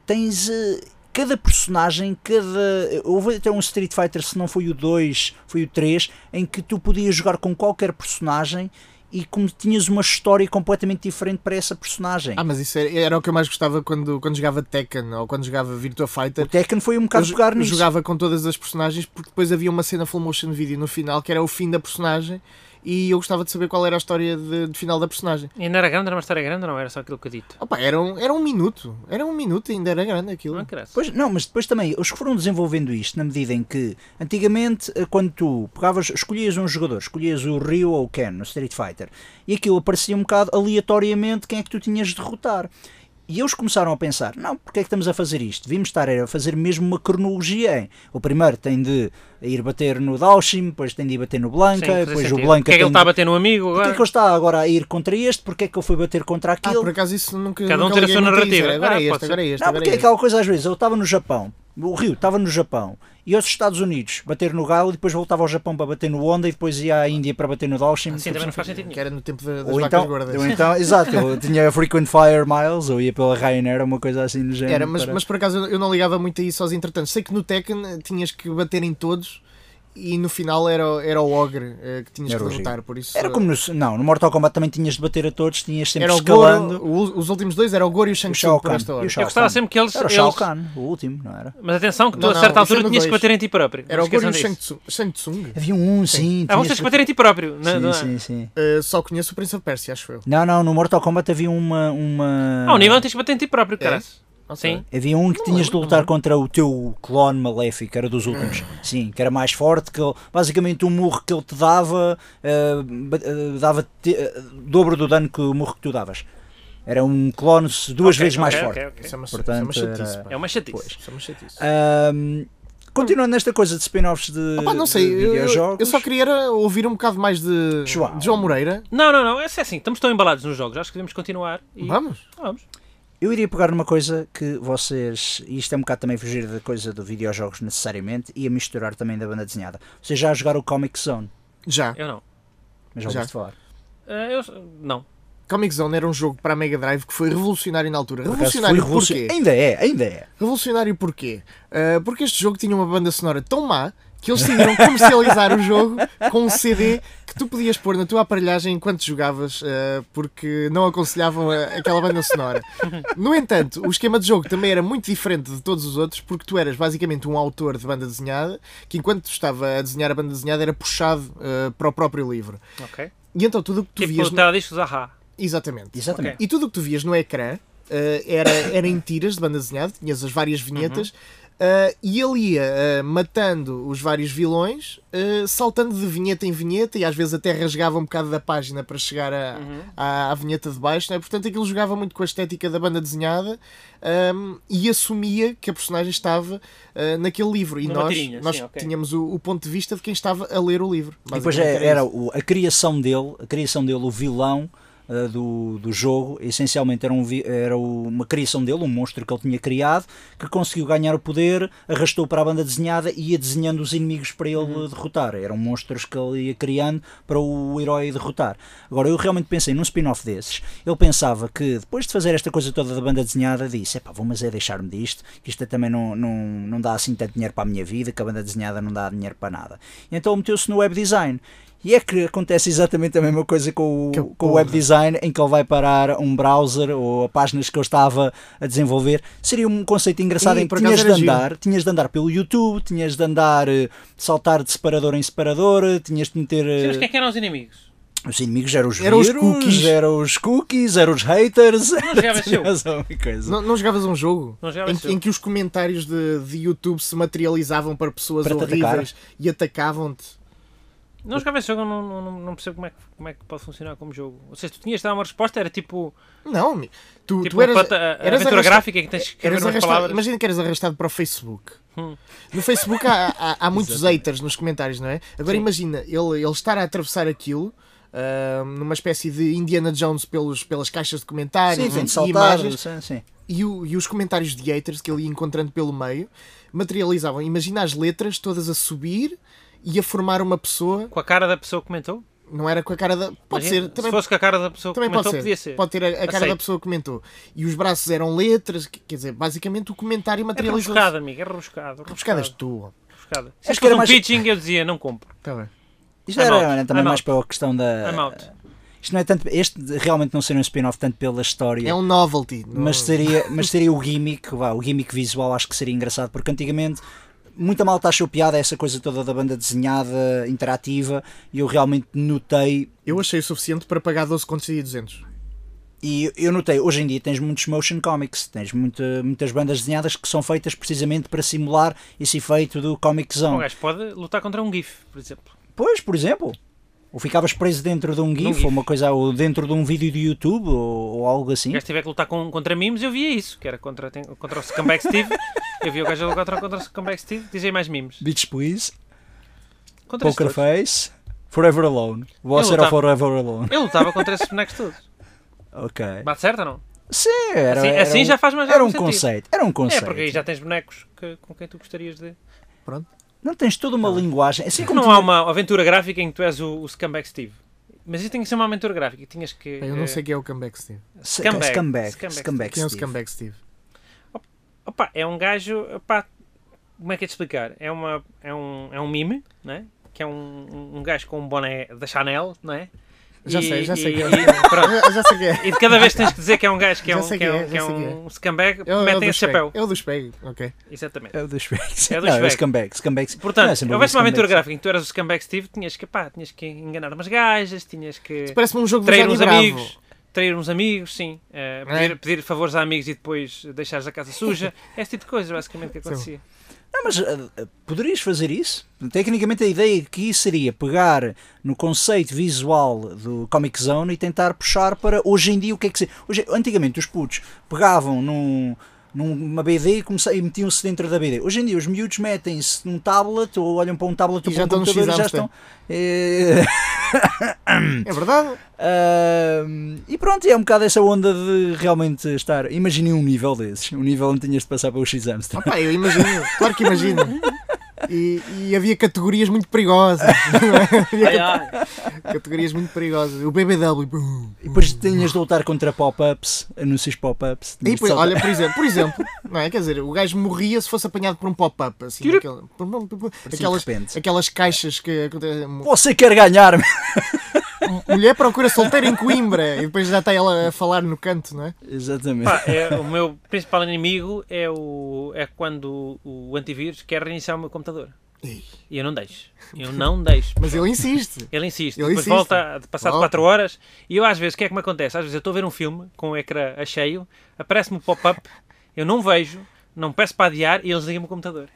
S5: tens eh, cada personagem, cada. Houve até um Street Fighter, se não foi o 2, foi o 3, em que tu podias jogar com qualquer personagem e como tinhas uma história completamente diferente para essa personagem.
S3: Ah, mas isso era, era o que eu mais gostava quando, quando jogava Tekken ou quando jogava Virtua Fighter.
S5: o Tekken foi um bocado
S3: eu,
S5: jogar
S3: eu
S5: nisso.
S3: jogava com todas as personagens porque depois havia uma cena full motion video no final que era o fim da personagem e eu gostava de saber qual era a história de, de final da personagem.
S4: E não era grande, era uma história grande, não era só aquilo que eu dito.
S3: Opa, era um, era um minuto, era um minuto ainda era grande aquilo.
S4: Não interessa.
S5: Pois, não, mas depois também, os que foram desenvolvendo isto, na medida em que, antigamente, eh, quando tu pegavas, escolhias um jogador, escolhias o Ryu ou o Ken no Street Fighter, e aquilo aparecia um bocado aleatoriamente quem é que tu tinhas de derrotar. E eles começaram a pensar, não, porque é que estamos a fazer isto? Devíamos estar a fazer mesmo uma cronologia em, o primeiro tem de ir bater no Dalshim, depois tem de ir bater no
S4: Sim,
S5: Blanca,
S4: fazia
S5: depois
S4: sentido.
S5: o Blanca
S4: Porque é que
S5: tem
S4: ele está a
S5: de...
S4: bater no amigo
S5: Porquê é
S4: agora?
S5: que ele está agora a ir contra este? Porquê é que ele foi bater contra
S3: Ah,
S5: aquele?
S3: por acaso isso nunca.
S4: Cada um
S3: nunca
S4: ter a
S3: liguei
S4: sua
S3: muito isso.
S4: narrativa.
S3: Era- Agora
S4: Ah,
S3: é
S4: pode
S3: este,
S4: ser.
S3: agora é este.
S5: Não,
S3: agora
S5: porque é
S3: é este.
S5: aquela coisa às vezes, ele estava no Japão, o Rio estava no Japão, ia aos Estados Unidos bater no Galo, e depois voltava ao Japão para bater no Honda e depois ia à Índia para bater no Dalshin.
S4: Ah, Sim, também não faz sentido
S3: Que
S4: nenhum.
S3: era no tempo da- das
S5: ou
S3: vacas
S5: então,
S3: gordas.
S5: ou então, exato, eu tinha Frequent Fire Miles, ou ia pela Ryanair, uma coisa assim no género.
S3: Era, mas,
S5: para-
S3: mas por acaso eu- eu não ligava muito a isso aos entretantos. Sei que no Tekken eh, tinhas que bater em todos e no final era, o- era o Ogre eh, que tinhas
S5: Era
S3: que
S5: o Ogre.
S3: derrotar. Por isso,
S5: Era como no, não, no Mortal Kombat também tinhas de bater a todos, tinhas sempre
S3: era o
S5: escalando.
S3: Goro, o- os últimos dois era o Goro e o Shang
S5: o Shao
S3: Tsung por
S5: Kahn.
S3: esta
S5: e
S3: hora.
S5: o Shao
S4: Eu gostava
S5: Kahn.
S4: sempre que eles-
S5: Era o Shao
S4: eles-
S5: Kahn, o último, não era?
S4: Mas atenção, que tu
S3: Não,
S4: a
S3: não,
S4: certa
S3: isso é
S4: altura
S3: no
S4: tinhas que
S3: dois.
S4: bater em ti próprio.
S3: Era o Goro e o Shang
S4: Shang
S3: Tsu- Shang Tsung.
S5: Havia um, sim.
S4: Ah,
S5: tinhas
S4: vos tens que bater em ti próprio. é? na-
S5: Sim,
S4: na-
S5: sim, sim.
S3: Eh, só conheço o Príncipe de Pérsia, acho eu.
S5: Não, não, no Mortal Kombat havia uma. uma...
S4: Ah, o nível tens que bater em ti próprio, cara. Sim.
S5: Havia um que
S4: é,
S5: tinhas de lutar contra o teu clone maléfico, era dos últimos.
S4: Ah.
S5: Sim, que era mais forte, que ele- basicamente o murro que ele te dava, ah, dava ah, dobro do dano que o murro que tu davas. Era um clone duas
S4: Ok,
S5: vezes mais
S4: ok,
S5: forte.
S4: ok, ok.
S3: Isso é uma,
S5: Portanto,
S3: isso é uma chatice.
S5: era- Eh,
S3: pá.
S4: É uma chatice.
S3: Isso é uma chatice.
S5: Ahm, continuando nesta coisa de spin-offs de,
S3: Opa, não sei,
S5: de
S3: eu, eu-
S5: videojogos.
S3: eu só queria era ouvir um bocado mais de de
S5: João.
S3: João, Moreira.
S4: Não, não, não. É assim, estamos tão embalados nos jogos. Acho que devemos continuar. E...
S3: Vamos.
S4: Vamos.
S5: Eu iria pegar numa coisa que vocês, e isto é um bocado também fugir da coisa do videojogos necessariamente, e a misturar também da banda desenhada. Vocês já jogaram o Comic Zone,
S3: Já.
S4: Eu não.
S5: mas já
S3: Já.
S5: ouviste falar.
S4: Ah, eu... Não.
S3: Comic Zone era um jogo para a Mega Drive que foi revolucionário na altura.
S5: Por acaso
S3: Revolucionário
S5: foi revolucion-
S3: porquê?
S5: Ainda é, ainda é.
S3: Revolucionário porquê? Ah, porque este jogo tinha uma banda sonora tão má que eles decidiram comercializar o jogo com um CD que tu podias pôr na tua aparelhagem enquanto jogavas, ah, porque não aconselhavam a- aquela banda sonora. No entanto, o esquema de jogo também era muito diferente de todos os outros, porque tu eras basicamente um autor de banda desenhada que, enquanto estava a desenhar a banda desenhada, era puxado ah, para o próprio livro.
S4: Ok.
S3: E então tudo o que tu
S4: Tipo,
S3: vias.
S4: o telediscos, ahá.
S3: Exatamente.
S5: Exatamente.
S3: E tudo o que tu vias no ecrã eh, era, era em tiras de banda desenhada, tinhas as várias vinhetas,
S4: Uhum.
S3: eh, e ele ia eh, matando os vários vilões, eh, saltando de vinheta em vinheta, e às vezes até rasgava um bocado da página para chegar à,
S4: Uhum.
S3: à, à vinheta de baixo, não é? portanto aquilo jogava muito com a estética da banda desenhada ehm, e assumia que a personagem estava eh, naquele livro. E
S4: Numa
S3: nós,
S4: tirinha,
S3: nós
S4: sim, ok.
S3: tínhamos o, o ponto de vista de quem estava a ler o livro.
S5: E depois é,
S3: Basicamente
S5: era, era o- a criação dele, a criação dele, o vilão ah, do, do jogo, essencialmente era, um vi- era o- uma criação dele, um monstro que ele tinha criado, que conseguiu ganhar o poder, arrastou para a banda desenhada e ia desenhando os inimigos para ele derrotar. Eram monstros que ele ia criando para o herói derrotar. Agora, eu realmente pensei num spin-off desses. Ele pensava que depois de fazer esta coisa toda da banda desenhada, disse: epá, vou, mas é deixar-me disto, que isto também não, não, não dá assim tanto dinheiro para a minha vida, que a banda desenhada não dá dinheiro para nada. E então meteu-se no web design. E é que acontece exatamente a mesma coisa com
S3: Que
S5: o, com o web
S3: porra.
S5: design, em que ele vai parar um browser ou a páginas que eu estava a desenvolver. Seria um conceito engraçado
S3: Ih,
S5: em que
S3: por acaso
S5: tinhas de
S3: era giro.
S5: andar, tinhas de andar pelo YouTube, tinhas de andar, eh, saltar de separador em separador, eh, tinhas de meter.
S4: Sim, mas
S5: eh,
S4: quem é que eram os inimigos?
S5: Os inimigos eram os
S3: Eram os
S5: vírus,
S3: cookies.
S5: eram os cookies, eram os haters.
S4: jogavas eu.
S5: Mas alguma coisa.
S3: Não, não jogavas um jogo
S4: Não é jogava
S3: em,
S4: esse jogo.
S3: em que os comentários de, de YouTube se materializavam para pessoas
S5: Para te
S3: horríveis e atacavam-te?
S4: Não jogava esse jogo, eu não, não, não- não percebo como é, que, como é que pode funcionar como jogo. Ou seja, tu tinhas de dar uma resposta, era tipo,
S3: Não, mi- tu,
S4: tipo
S3: tu eras,
S4: uma pata- a- a
S3: eras
S4: aventura
S3: arrasta-
S4: gráfica em que tens que escrever
S3: eras
S4: umas
S3: arrastado-
S4: palavras. Hum.
S3: Imagina que eras arrastado para o Facebook. No Facebook há, há- há muitos haters nos comentários, não é? Agora imagina ele, ele estar a atravessar aquilo. ah, numa espécie de Indiana Jones pelos, pelas caixas de comentários
S5: Sim, tem
S3: e
S5: de saltar.
S3: imagens
S5: sim, sim.
S3: e, o- e os comentários de haters que ele ia encontrando pelo meio materializavam. Imagina as letras todas a subir e a formar uma pessoa.
S4: Com a cara da pessoa que comentou?
S3: Não era com a cara da. Pode
S4: Imagina,
S3: ser, também,
S4: se fosse com a cara da pessoa que
S3: também
S4: comentou,
S3: pode ser.
S4: podia ser.
S3: Pode ter a, a cara da
S4: Aceito.
S3: pessoa que comentou. E os braços eram letras, que- quer dizer, basicamente o comentário
S4: É
S3: materializou.
S4: rebuscado, amigo, é rebuscado. rebuscado,
S3: Rebuscadas tu.
S4: rebuscado. Se
S5: Acho
S4: Acho
S5: que era
S4: um
S5: mais-
S4: pitching, eu dizia, não compro.
S3: Tá bem.
S5: Isto
S4: I'm
S5: era
S4: out,
S5: também
S4: I'm
S5: mais
S4: out.
S5: para a questão da.
S4: I'm
S3: Eh,
S4: out.
S5: Isto não é tanto. Este realmente não seria um spin-off tanto pela história.
S3: É um novelty. não-
S5: mas seria, mas seria o gimmick, vá, o gimmick visual acho que seria engraçado, porque antigamente muita malta achou piada essa coisa toda da banda desenhada, interativa, e eu realmente notei,
S3: Eu achei o suficiente para pagar 12 contos e 200.
S5: e eu notei, hoje em dia tens muitos motion comics, tens muita, muitas bandas desenhadas que são feitas precisamente para simular esse efeito do Comic
S4: Um
S5: Zone.
S4: gajo pode lutar contra um GIF, por exemplo.
S5: Pois, por exemplo, ou ficavas preso dentro de um GIF,
S4: GIF.
S5: ou uma coisa, ou dentro de um vídeo do YouTube, ou, ou algo assim.
S4: O Um gajo tiver que lutar com- contrar mimos, eu via isso, que era contra, tem- contra o Scumbag Steve. Eu via o gajo a lutar contra, contra o Scumbag Steve, dizia mais mimos.
S5: Beach Please,
S4: Contra esses todos.
S5: Poker Face, Forever Alone. Você era
S4: lutava-
S5: Forever Alone.
S4: Eu lutava contra esses bonecos todos.
S5: Ok.
S4: Bate certo ou não?
S5: Sim, era,
S4: Assim-
S5: era
S4: assim
S5: um,
S4: já faz mais
S5: Era um
S4: algum sentido.
S5: conceito, era um
S4: É,
S5: conceito.
S4: porque aí já tens bonecos que- com quem tu gostarias de.
S5: Não tens toda uma linguagem, assim como
S4: Não
S5: tu-
S4: há uma aventura gráfica em que tu és o, o Scumbag Steve. Mas isso tem que ser uma aventura gráfica. Tinhas que.
S3: Bem, Eu
S4: eh,
S3: não sei quem é o Comeback Steve.
S5: Se-
S4: Scumbag.
S5: Scumbag,
S4: Scumbag.
S5: Scumbag
S3: Quem é o
S5: Steve.
S3: Comeback Steve?
S4: Opa, é um gajo. Opa, como é que é de explicar? É, uma, é, um, é um mime, não é? Que é um, um- um gajo com um boné da Chanel, não é?
S3: Já
S4: E-
S3: sei, já sei
S4: e-
S3: quem é.
S4: e- pronto.
S3: Eu- eu já sei quem é.
S4: E de cada vez tens que dizer que é um gajo que é
S3: Já
S4: um,
S3: sei
S4: que é
S3: quem
S4: um,
S3: é,
S4: que é
S3: já sei quem
S4: um scumbag,
S3: É o- é o do
S4: metem esse
S3: Spag.
S4: chapéu.
S3: É o do Speg, ok.
S4: Exatamente.
S5: É o dos Shrek's.
S4: É o dos
S5: Não, é o
S4: Shrek.
S5: Scumbag, Scumbag Steve.
S4: Portanto,
S5: Não, é
S4: se
S5: sempre o
S4: houvesse uma
S5: Scumbag
S4: aventura
S5: Steve.
S4: gráfica em que tu eras o scumbag Steve, tinhas que, pá, tinhas que enganar umas gajas, tinhas que
S3: Parece-me um jogo do
S4: trair
S3: Johnny
S4: uns
S3: Bravo.
S4: amigos, trair uns amigos, sim, eh,
S3: Não é?
S4: pedir, pedir favores a amigos e depois deixares a casa suja, esse tipo de coisa, basicamente, que acontecia.
S5: Não, mas ah, ah, poderias fazer isso? Tecnicamente a ideia aqui seria pegar no conceito visual do Comic Zone e tentar puxar para hoje em dia o que é que se... Hoje, antigamente os putos pegavam num, numa BD e, começa- e metiam-se dentro da BD. Hoje em dia os miúdos metem-se num tablet ou olham para um tablet
S3: E
S5: ou
S3: já
S5: para um
S3: estão no
S5: computador e já
S3: X-Hamster.
S5: estão... Eh,
S3: É verdade?
S5: Ahm, e pronto, é um bocado essa onda de realmente estar. Imaginem um nível desses, um nível onde tinhas de passar para o x
S3: Ah, pá, eu imagino, claro que imagino. E, e havia categorias muito perigosas. não é?
S4: Ai, ai.
S3: categorias muito perigosas. O BBW. bum.
S5: E
S4: Uhum.
S5: depois tinhas de lutar contra pop-ups, anúncios pop-ups.
S3: E
S5: tinhas de
S3: depois,
S5: saltar-
S3: olha, por exemplo, por exemplo, não é? Quer dizer, o gajo morria se fosse apanhado por um pop-up. Assim, daquela- pum, pum, pum, pum, aquelas,
S5: repente.
S3: aquelas caixas que.
S5: Você quer ganhar -me.
S3: Mulher procura solteira em Coimbra e depois já está ela a falar no canto, não é?
S5: Exatamente.
S4: Pá, é, o meu principal inimigo é, o, é quando o, o antivírus quer reiniciar o meu computador.
S3: Ei.
S4: E eu não deixo. Eu não deixo.
S3: Mas ele insiste.
S4: Ele insiste.
S3: Ele
S4: Depois
S3: insiste.
S4: volta, de passado
S3: Volta.
S4: 4 horas, e eu às vezes, o que é que me acontece? Às vezes eu estou a ver um filme com o ecrã a cheio, aparece-me um pop-up, eu não vejo, não peço para adiar e eles ligam-me o computador.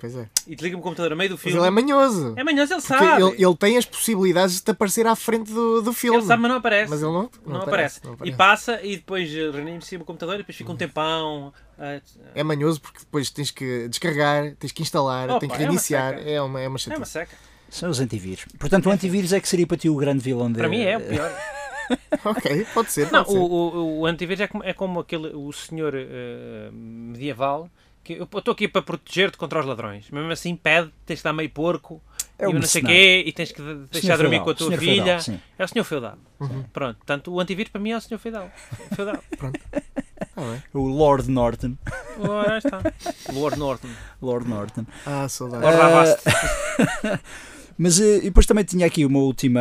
S3: Pois é.
S4: E desligam-me o computador a meio do
S3: Mas
S4: filme.
S3: ele é manhoso.
S4: é manhoso, ele
S3: Porque
S4: sabe.
S3: ele, ele tem as possibilidades de te aparecer à frente do, do filme.
S4: Ele sabe, mas não aparece.
S3: Mas ele não-
S4: Não,
S3: não
S4: aparece.
S3: aparece, não
S4: E
S3: aparece. Uhum.
S4: passa e depois eh, reinicia-me o computador e depois fica um tempão. eh,
S3: É manhoso porque depois tens que descarregar, tens que instalar,
S4: Opa,
S3: tens que
S4: é uma
S3: reiniciar. É uma,
S4: seca.
S3: é uma
S4: é uma
S3: chatice.
S4: seca.
S5: São os antivírus. Portanto, o antivírus é que seria para ti o grande vilão de...
S4: Para mim é o pior.
S3: ok, pode ser.
S4: Não,
S3: Pode ser.
S4: o, o, o antivírus é como, é como aquele, o senhor eh, medieval que eu estou aqui para proteger-te contra os ladrões. Mesmo assim, pede, tens de dar meio porco
S5: É
S4: e
S5: um
S4: o não sei
S5: mercenário.
S4: quê e tens que de- deixar
S5: Senhor
S4: dormir
S5: feudal,
S4: com a tua
S5: senhor
S4: filha.
S5: feudal, sim.
S4: é o senhor feudal.
S3: Uhum.
S4: Pronto, portanto, o antivírus para mim é o senhor feudal. feudal.
S3: Tá bem.
S5: O Lord Norton.
S4: Ora, aí está. Lord Norton.
S5: Lord Norton.
S3: Ah, saudade.
S4: Lord
S5: Eh,
S4: Avast.
S5: Mas eh, e depois também tinha aqui uma última,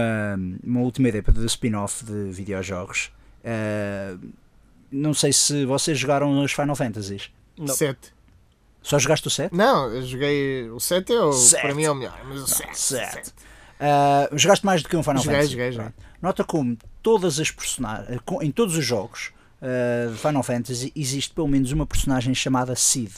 S5: uma última ideia para de spin-off de videojogos. Eh, não sei se vocês jogaram os Final Fantasies.
S4: Não.
S3: Sete.
S5: Só jogaste o 7?
S3: Não, eu joguei o 7 é o,
S5: Sete.
S3: para mim é o melhor, mas o 7.
S5: Sete. Ah, jogaste mais do que um Final
S3: Joguei,
S5: Fantasy.
S3: joguei, joguei.
S5: Pronto. Nota como todas as personagens, em todos os jogos uh, de Final Fantasy existe pelo menos uma personagem chamada Cid.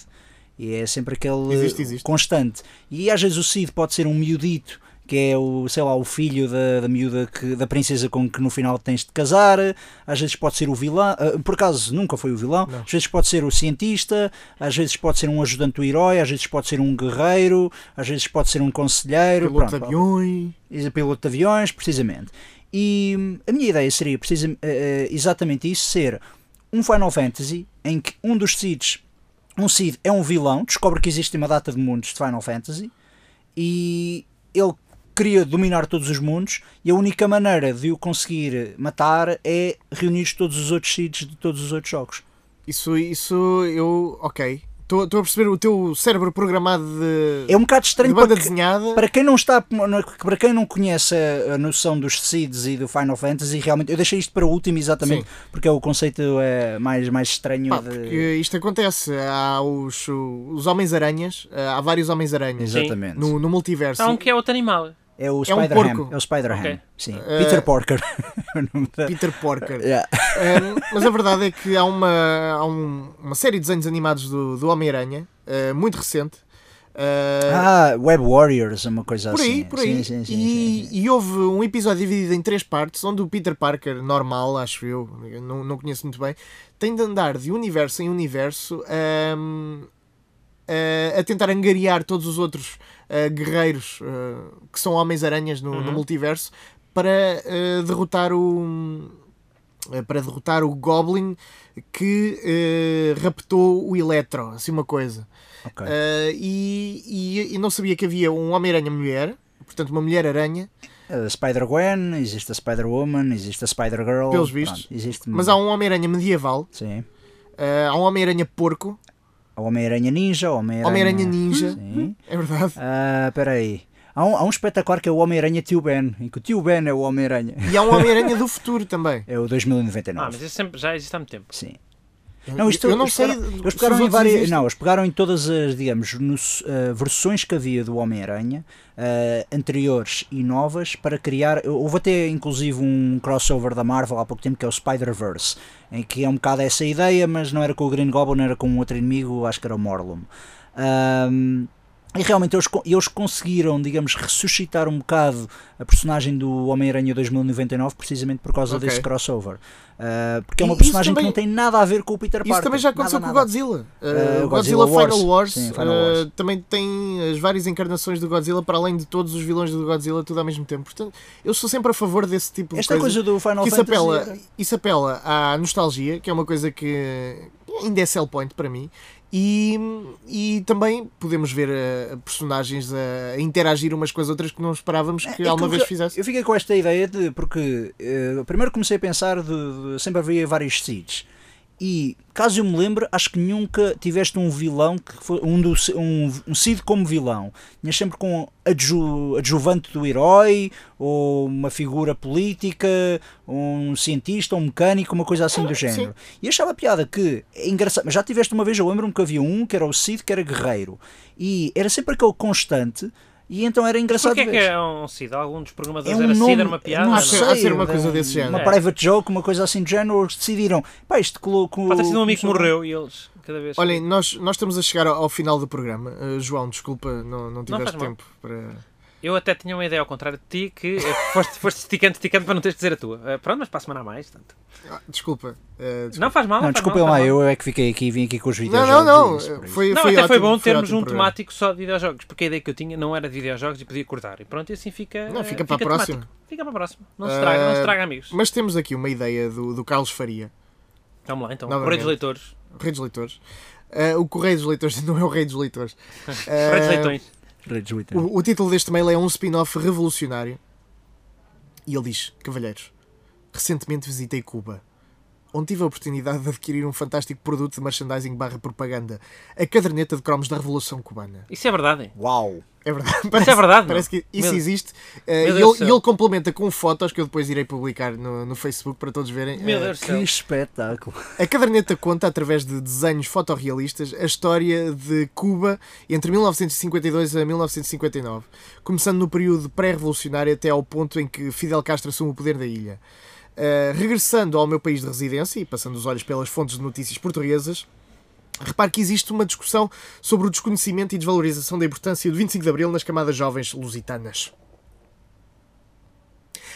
S5: E é sempre aquele
S3: Existe, existe.
S5: constante. E às vezes o Cid pode ser um miudito, que é o, sei lá, o filho da, da miúda que, da princesa com que no final tens de casar, às vezes pode ser o vilão, ah, por acaso nunca foi o vilão, às vezes pode ser o cientista, às vezes pode ser um ajudante do herói, às vezes pode ser um guerreiro, às vezes pode ser um conselheiro,
S3: Piloto de
S5: pronto.
S3: aviões.
S5: E piloto de aviões, precisamente. E hum, a minha ideia seria precisa, eh, eh, exatamente isso: ser um Final Fantasy em que um dos seeds, um seed é um vilão, descobre que existe uma data de mundos de Final Fantasy e ele queria dominar todos os mundos e a única maneira de o conseguir matar é reunir todos os outros seeds de todos os outros jogos.
S3: Isso, isso eu. Ok. Estou a perceber o teu cérebro programado de,
S5: É um bocado
S3: de
S5: estranho
S3: banda
S5: que-
S3: desenhada.
S5: Para quem não está, para quem não conhece a- a noção dos seeds e do Final Fantasy, realmente eu deixei isto para o último exatamente porque é o conceito é mais mais estranho
S3: Pá,
S5: de-
S3: porque isto acontece. Há os, os Homens-Aranhas. eh, Há vários Homens-Aranhas
S5: exatamente.
S3: no, no multiverso.
S4: Há um que é outro animal.
S5: É o
S3: é um
S5: Spider
S3: porco. Eh,
S5: Ham, é o Spider Ham.
S4: Ok.
S5: Sim, Peter Porker. O nome da-
S3: Peter Porker.
S5: Yeah.
S3: Um, mas a verdade é que há uma, há um- uma série de desenhos animados do, do Homem-Aranha, uh, muito recente. uh,
S5: Ah, Web Warriors, uma coisa
S3: por aí,
S5: assim.
S3: por aí.
S5: Sim, sim, sim,
S3: e,
S5: sim, sim.
S3: e houve um episódio dividido em três partes, onde o Peter Parker, normal, acho eu, eu não, não conheço muito bem, tem de andar de universo em universo um, uh, a tentar angariar todos os outros uh, guerreiros uh, que são Homens-Aranhas no, no multiverso para uh, derrotar o. eh, para derrotar o Goblin que eh, raptou o Electro, assim uma coisa.
S5: Ok.
S3: Eh, e, e- e não sabia que havia um Homem-Aranha mulher, portanto uma mulher-aranha,
S5: A Eh, Spider-Gwen, existe a Spider-Woman, existe a Spider-Girl.
S3: Pelos
S5: pronto,
S3: vistos.
S5: Existe
S3: mas há um Homem-Aranha medieval,
S5: Sim.
S3: eh, há um Homem-Aranha porco,
S5: O Homem-Aranha Ninja, o Homem-Aranha
S3: Homem-Aranha ninja,
S5: Sim.
S3: é verdade,
S5: Ah, peraí. Há um, há um espetacular que é o Homem-Aranha Tio Ben, em que o Tio Ben é o Homem-Aranha.
S3: e há um Homem-Aranha do futuro também.
S5: É
S4: Ah,
S5: o
S4: mas
S5: 2099.
S4: isso sempre, já existe há muito tempo.
S5: Sim. Não, isto,
S3: eu não
S5: eles
S3: sei
S5: pegaram-
S3: se
S5: Eles
S3: os
S5: pegaram, em
S3: outros
S5: várias,
S3: existem.
S5: não, eles pegaram em todas as, digamos, no- eh, versões que havia do Homem-Aranha, eh, anteriores e novas, para criar. Houve até inclusive um crossover da Marvel há pouco tempo que é o Spider-Verse, em que é um bocado essa ideia, mas não era com o Green Goblin, era com um outro inimigo, acho que era o Morlum. Ahm, e realmente eles, co- eles conseguiram, digamos, ressuscitar um bocado a personagem do Homem-Aranha 2099 precisamente por causa
S3: Ok.
S5: desse crossover. Ah, porque é
S3: E
S5: uma
S3: isso
S5: personagem
S3: também-
S5: que não tem nada a ver com o Peter Parker.
S3: Isso também já aconteceu
S5: nada,
S3: com o
S5: nada.
S3: Godzilla.
S5: Eh,
S3: Eh,
S5: o
S3: o Godzilla,
S5: Godzilla Wars.
S3: Final Wars,
S5: Sim, Final
S3: eh,
S5: Wars.
S3: também tem as várias encarnações do Godzilla, para além de todos os vilões do Godzilla, tudo ao mesmo tempo. Portanto, eu sou sempre a favor desse tipo de
S5: Esta coisa do Final
S3: que isso
S5: Fantasy. é
S3: apela, isso apela à nostalgia, que é uma coisa que ainda é sell point para mim, e, e também podemos ver eh, personagens a, a interagir umas com as outras que não esperávamos que
S5: É
S3: alguma
S5: eu-
S3: vez fizesse.
S5: Eu fiquei com esta ideia de. Porque eh, primeiro comecei a pensar de, de- sempre havia vários seeds. E caso eu me lembre, acho que nunca tiveste um vilão que foi um, do, um, um seed como vilão. Tinhas sempre com adju, adjuvante do herói, ou uma figura política, um cientista, um mecânico, uma
S3: Ah,
S5: coisa assim do género. E achava piada que é engraçado, mas já tiveste uma vez, eu lembro-me que havia um que era o Cid, que era guerreiro, e era sempre aquele constante, e então era engraçado.
S4: Porquê é que
S5: ver.
S4: é um Cid? Algum dos
S5: É
S4: programadores
S5: um
S4: era
S5: nome,
S4: Cid, era uma piada?
S5: não
S4: não?
S3: sei. Há de ser uma coisa desse género.
S5: Uma
S4: É.
S5: private joke, uma coisa assim do género, eles decidiram, pá, isto coloco...
S4: Pode ter sido um amigo que morreu e eles, cada vez.
S3: Olhem, nós, nós estamos a chegar ao, ao final do programa. Eh, João, desculpa, não, não tiveste
S4: faz mal.
S3: tempo para.
S4: Eu até tinha uma ideia ao contrário de ti, que eh, foste, foste esticando, esticando para não teres de dizer a tua. Eh, pronto, mas para a semana há mais. Tanto.
S3: Ah, desculpa. eh, desculpa.
S4: Não faz mal.
S5: Não,
S4: faz
S5: desculpem
S4: mal,
S5: lá,
S4: faz mal.
S5: eu é que fiquei aqui, vim aqui com os vídeos.
S3: Não, não, não. eh, Foi,
S4: Não,
S3: foi
S4: até foi
S3: ótimo,
S4: bom termos
S3: ótimo
S4: um
S3: programa.
S4: temático só de videojogos, porque a ideia que eu tinha não era de videojogos e podia cortar. E pronto, e assim fica.
S3: Não,
S4: eh,
S3: fica para a próxima.
S4: temático. Fica para a próxima. Não se traga, não se
S3: Eh,
S4: traga, amigos.
S3: Mas temos aqui uma ideia do, do Carlos Faria,
S4: Vamos lá, então.
S3: novamente.
S4: Correio dos leitores.
S3: Rei dos Leitores. Eh, o Correio dos Leitores não é o Rei dos Leitores.
S4: Correio dos
S3: Eh,
S4: leitões. então.
S5: foi...
S3: O, o título deste mail é um spin-off revolucionário. E ele diz: Cavalheiros, recentemente visitei Cuba. onde tive a oportunidade de adquirir um fantástico produto de merchandising barra propaganda, a caderneta de cromos da Revolução Cubana.
S4: Isso é verdade.
S5: Uau!
S3: É verdade. Parece,
S4: é verdade,
S3: Parece
S4: meu.
S3: que isso
S4: Meu-
S3: existe. Eh,
S4: Deus
S3: e
S4: do
S3: ele,
S4: céu.
S3: e ele complementa com fotos que eu depois irei publicar no, no Facebook para todos verem.
S4: Meu
S3: eh,
S4: Deus do
S5: Que
S4: céu.
S5: espetáculo!
S3: a caderneta conta, através de desenhos fotorrealistas, a história de Cuba entre 1952 a 1959, começando no período pré-revolucionário até ao ponto em que Fidel Castro assume o poder da ilha. Uh, regressando ao meu país de residência e passando os olhos pelas fontes de notícias portuguesas, repare que existe uma discussão sobre o desconhecimento e desvalorização da importância do 25 de Abril nas camadas jovens lusitanas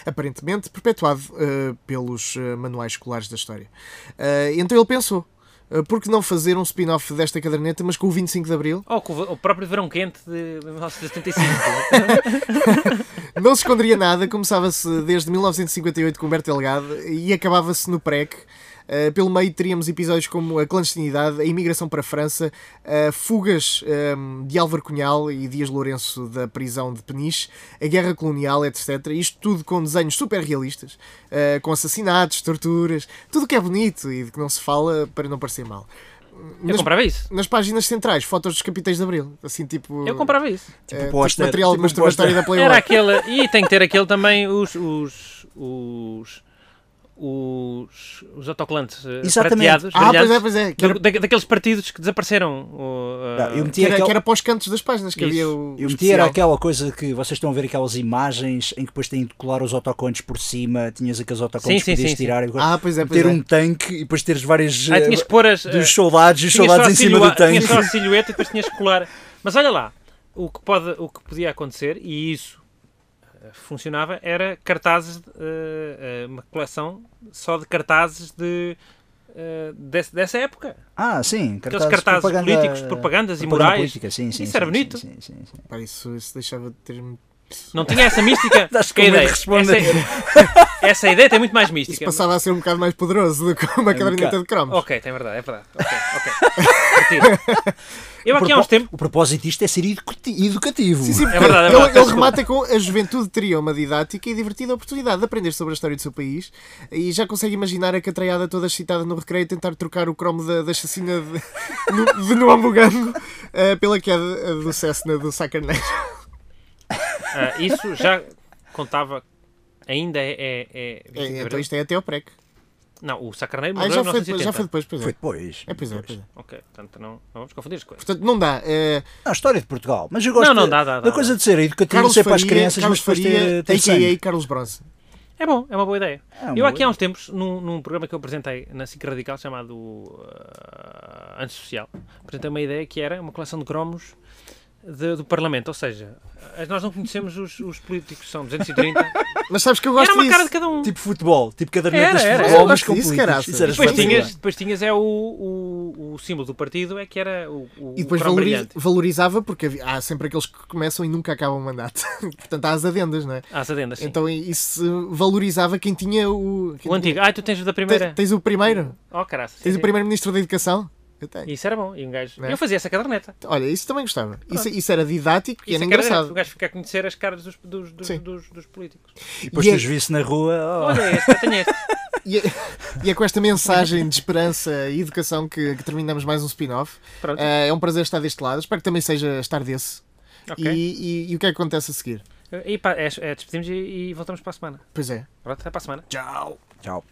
S3: aparentemente perpetuado eh, pelos eh, manuais escolares da história. Eh, então ele pensou, eh, por que não fazer um spin-off desta caderneta, mas com o 25 de Abril?
S4: Ou com Oh, o o próprio verão quente de 1975.
S3: Não se esconderia nada, começava-se desde 1958 com Humberto Delgado e acabava-se no PREC. Eh, pelo meio teríamos episódios como a clandestinidade, a imigração para a França, eh, fugas ehm, de Álvaro Cunhal e Dias Lourenço da prisão de Peniche, a guerra colonial, etc. Isto tudo com desenhos super realistas, eh, com assassinatos, torturas, tudo o que é bonito e de que não se fala para não parecer mal.
S4: Eu comprava isso.
S3: Nas páginas centrais, fotos dos capitães de Abril, assim tipo,
S4: Eu comprava isso.
S3: eh,
S5: Tipo
S3: tipo
S5: póster,
S3: material
S5: tipo
S3: de masturbatório
S5: póster.
S3: da Playboy.
S4: Era aquele. E tem que ter aquele também os. os, os os, os autocolantes eh,
S5: Exatamente.
S4: prateados,
S3: Ah, pois é,
S4: brilhantes,
S3: pois é, que
S4: da-
S3: era-
S4: da- daqueles partidos que desapareceram. o, eh,
S5: Não, eu
S3: Que
S5: meti,
S3: era,
S5: aquel-
S3: que era para os cantos das páginas que
S4: Isso.
S3: havia o.
S5: eu
S3: o
S5: meti era
S3: especial.
S5: aquela coisa que vocês estão a ver aquelas imagens em que depois têm de colar os autocontes por cima, tinhas aqueles autocontes
S4: Sim, sim,
S5: que podias
S4: sim, sim.
S5: tirar e
S3: Ah, pois é, pois
S5: ter
S3: é.
S5: um tanque e depois teres várias
S4: Ah,
S5: eh,
S4: tinhas que pôr as. eh,
S5: dos soldados e os
S4: tinhas só assim
S5: soldados
S4: a
S5: em cima do
S4: silhueta-
S5: tanque.
S4: Tinhas só a silhueta e depois tinhas que colar. Mas olha lá, o que, pode, o que podia acontecer, e isso eh, funcionava, era cartazes, eh, eh, uma coleção só de cartazes de, eh, desse- dessa época.
S5: Ah, sim,
S4: Aqueles cartazes políticos, propagandas e
S5: propaganda
S4: morais.
S5: política, sim, sim,
S4: Isso
S5: sim,
S4: era
S5: sim,
S4: bonito.
S5: sim, sim, sim.
S3: Pá, isso, isso deixava de ter.
S4: Não tinha essa mística.
S5: Estás com
S4: que a
S5: medo de
S4: ideia.
S5: responder.
S4: Essa, é- essa ideia tem muito mais
S3: Isso
S4: mística.
S3: passava a ser um bocado mais poderoso do que uma caderneta
S5: É um bocado.
S3: de cromos.
S4: Ok, tem verdade, é verdade. Ok, ok. Retiro. Eu aqui há uns
S5: Propo-
S4: tempos.
S5: O propósito disto é ser educati- educativo.
S3: Sim, sim, porque
S4: verdade, é verdade,
S3: ele, ele
S4: peço
S3: remata com a juventude teria uma didática e divertida oportunidade de aprender sobre a história do seu país e já consegue imaginar a catraiada toda excitada no recreio tentar trocar o cromo da, da chacina de, no, de Noam Bugango eh, pela queda eh, do Cessna do Sacarneiro.
S4: ah, isso já contava. Ainda é. é, é 25 de
S3: Então
S4: Abril?
S3: isto é até ao PREC.
S4: Não, o Sacarneiro
S3: Ah,
S4: morreu
S3: já
S4: em
S3: foi, depois, já
S4: 1980.
S3: foi depois, pois é.
S5: Foi depois.
S3: É, pois é, pois
S5: depois.
S3: é.
S4: Ok, portanto não, não vamos confundir as coisas.
S3: Portanto, não dá. eh,
S5: Não, a história de Portugal. Mas eu gosto
S4: Não, não,
S5: de-
S4: dá, dá,
S5: da
S4: dá,
S5: coisa
S4: dá.
S5: de ser educativo,
S3: Carlos
S5: ser
S3: Faria,
S5: para as crianças,
S3: Carlos
S5: mas depois
S3: Faria,
S5: ter, ter
S3: a.k.a.
S5: sangue.
S3: Carlos Bronze.
S4: É bom, é uma boa ideia.
S5: É uma
S4: eu aqui
S5: boa
S4: há uns tempos, num, num programa que eu apresentei na SIC Radical chamado ah, Antissocial, apresentei uma ideia que era uma coleção de cromos de- do Parlamento, ou seja, eh, nós não conhecemos os, os políticos, são 230,
S3: Mas sabes que eu gosto
S4: era uma
S3: disso.
S4: cara de cada um.
S5: Tipo futebol, tipo
S4: Era,
S5: cadernetas de
S4: era,
S5: futebol,
S3: era.
S5: mas
S3: Eu
S5: com
S3: gosto disso,
S5: políticos.
S3: caraças.
S5: Isso
S4: E
S5: era
S4: depois
S5: espetacular.
S4: tinhas, depois tinhas é o, o, o símbolo do partido, é que era o, o
S3: E depois
S4: cromo
S3: valori-
S4: um brilhante.
S3: valorizava, porque havia- há sempre aqueles que começam e nunca acabam o mandato. Portanto, há as adendas, não é?
S4: Ah, as adendas, sim.
S3: Então isso eh, valorizava quem tinha o. quem
S4: o antigo. Ah, tu tens o da
S3: tinha-
S4: primeira.
S3: Te- Tens o primeiro?
S4: Oh, caraças.
S3: Tens
S4: Sim,
S3: o primeiro-ministro da Educação? Eu tenho.
S4: Isso era bom. E um gajo.
S3: Né?
S4: Eu fazia essa caderneta.
S3: Olha, isso também gostava. Isso, isso era didático e
S4: Isso
S3: era
S4: é que era direto, O
S3: engraçado.
S4: gajo fica a conhecer as caras dos, dos, dos,
S3: Sim.
S4: dos- dos políticos.
S5: E depois
S3: E
S5: tu os
S3: é-
S5: visse na rua.
S4: Olha, este, eu tenho este.
S3: E é, e é com esta mensagem de esperança e educação que, que terminamos mais um spin-off.
S4: Pronto.
S3: Eh, é um prazer estar deste lado. Espero que também seja estar desse.
S4: Ok.
S3: E, e- e o que é que acontece a seguir?
S4: E pá, é, é, despedimos e, e voltamos para a semana.
S3: Pois é.
S4: Pronto, até para a semana.
S5: oh, Tchau.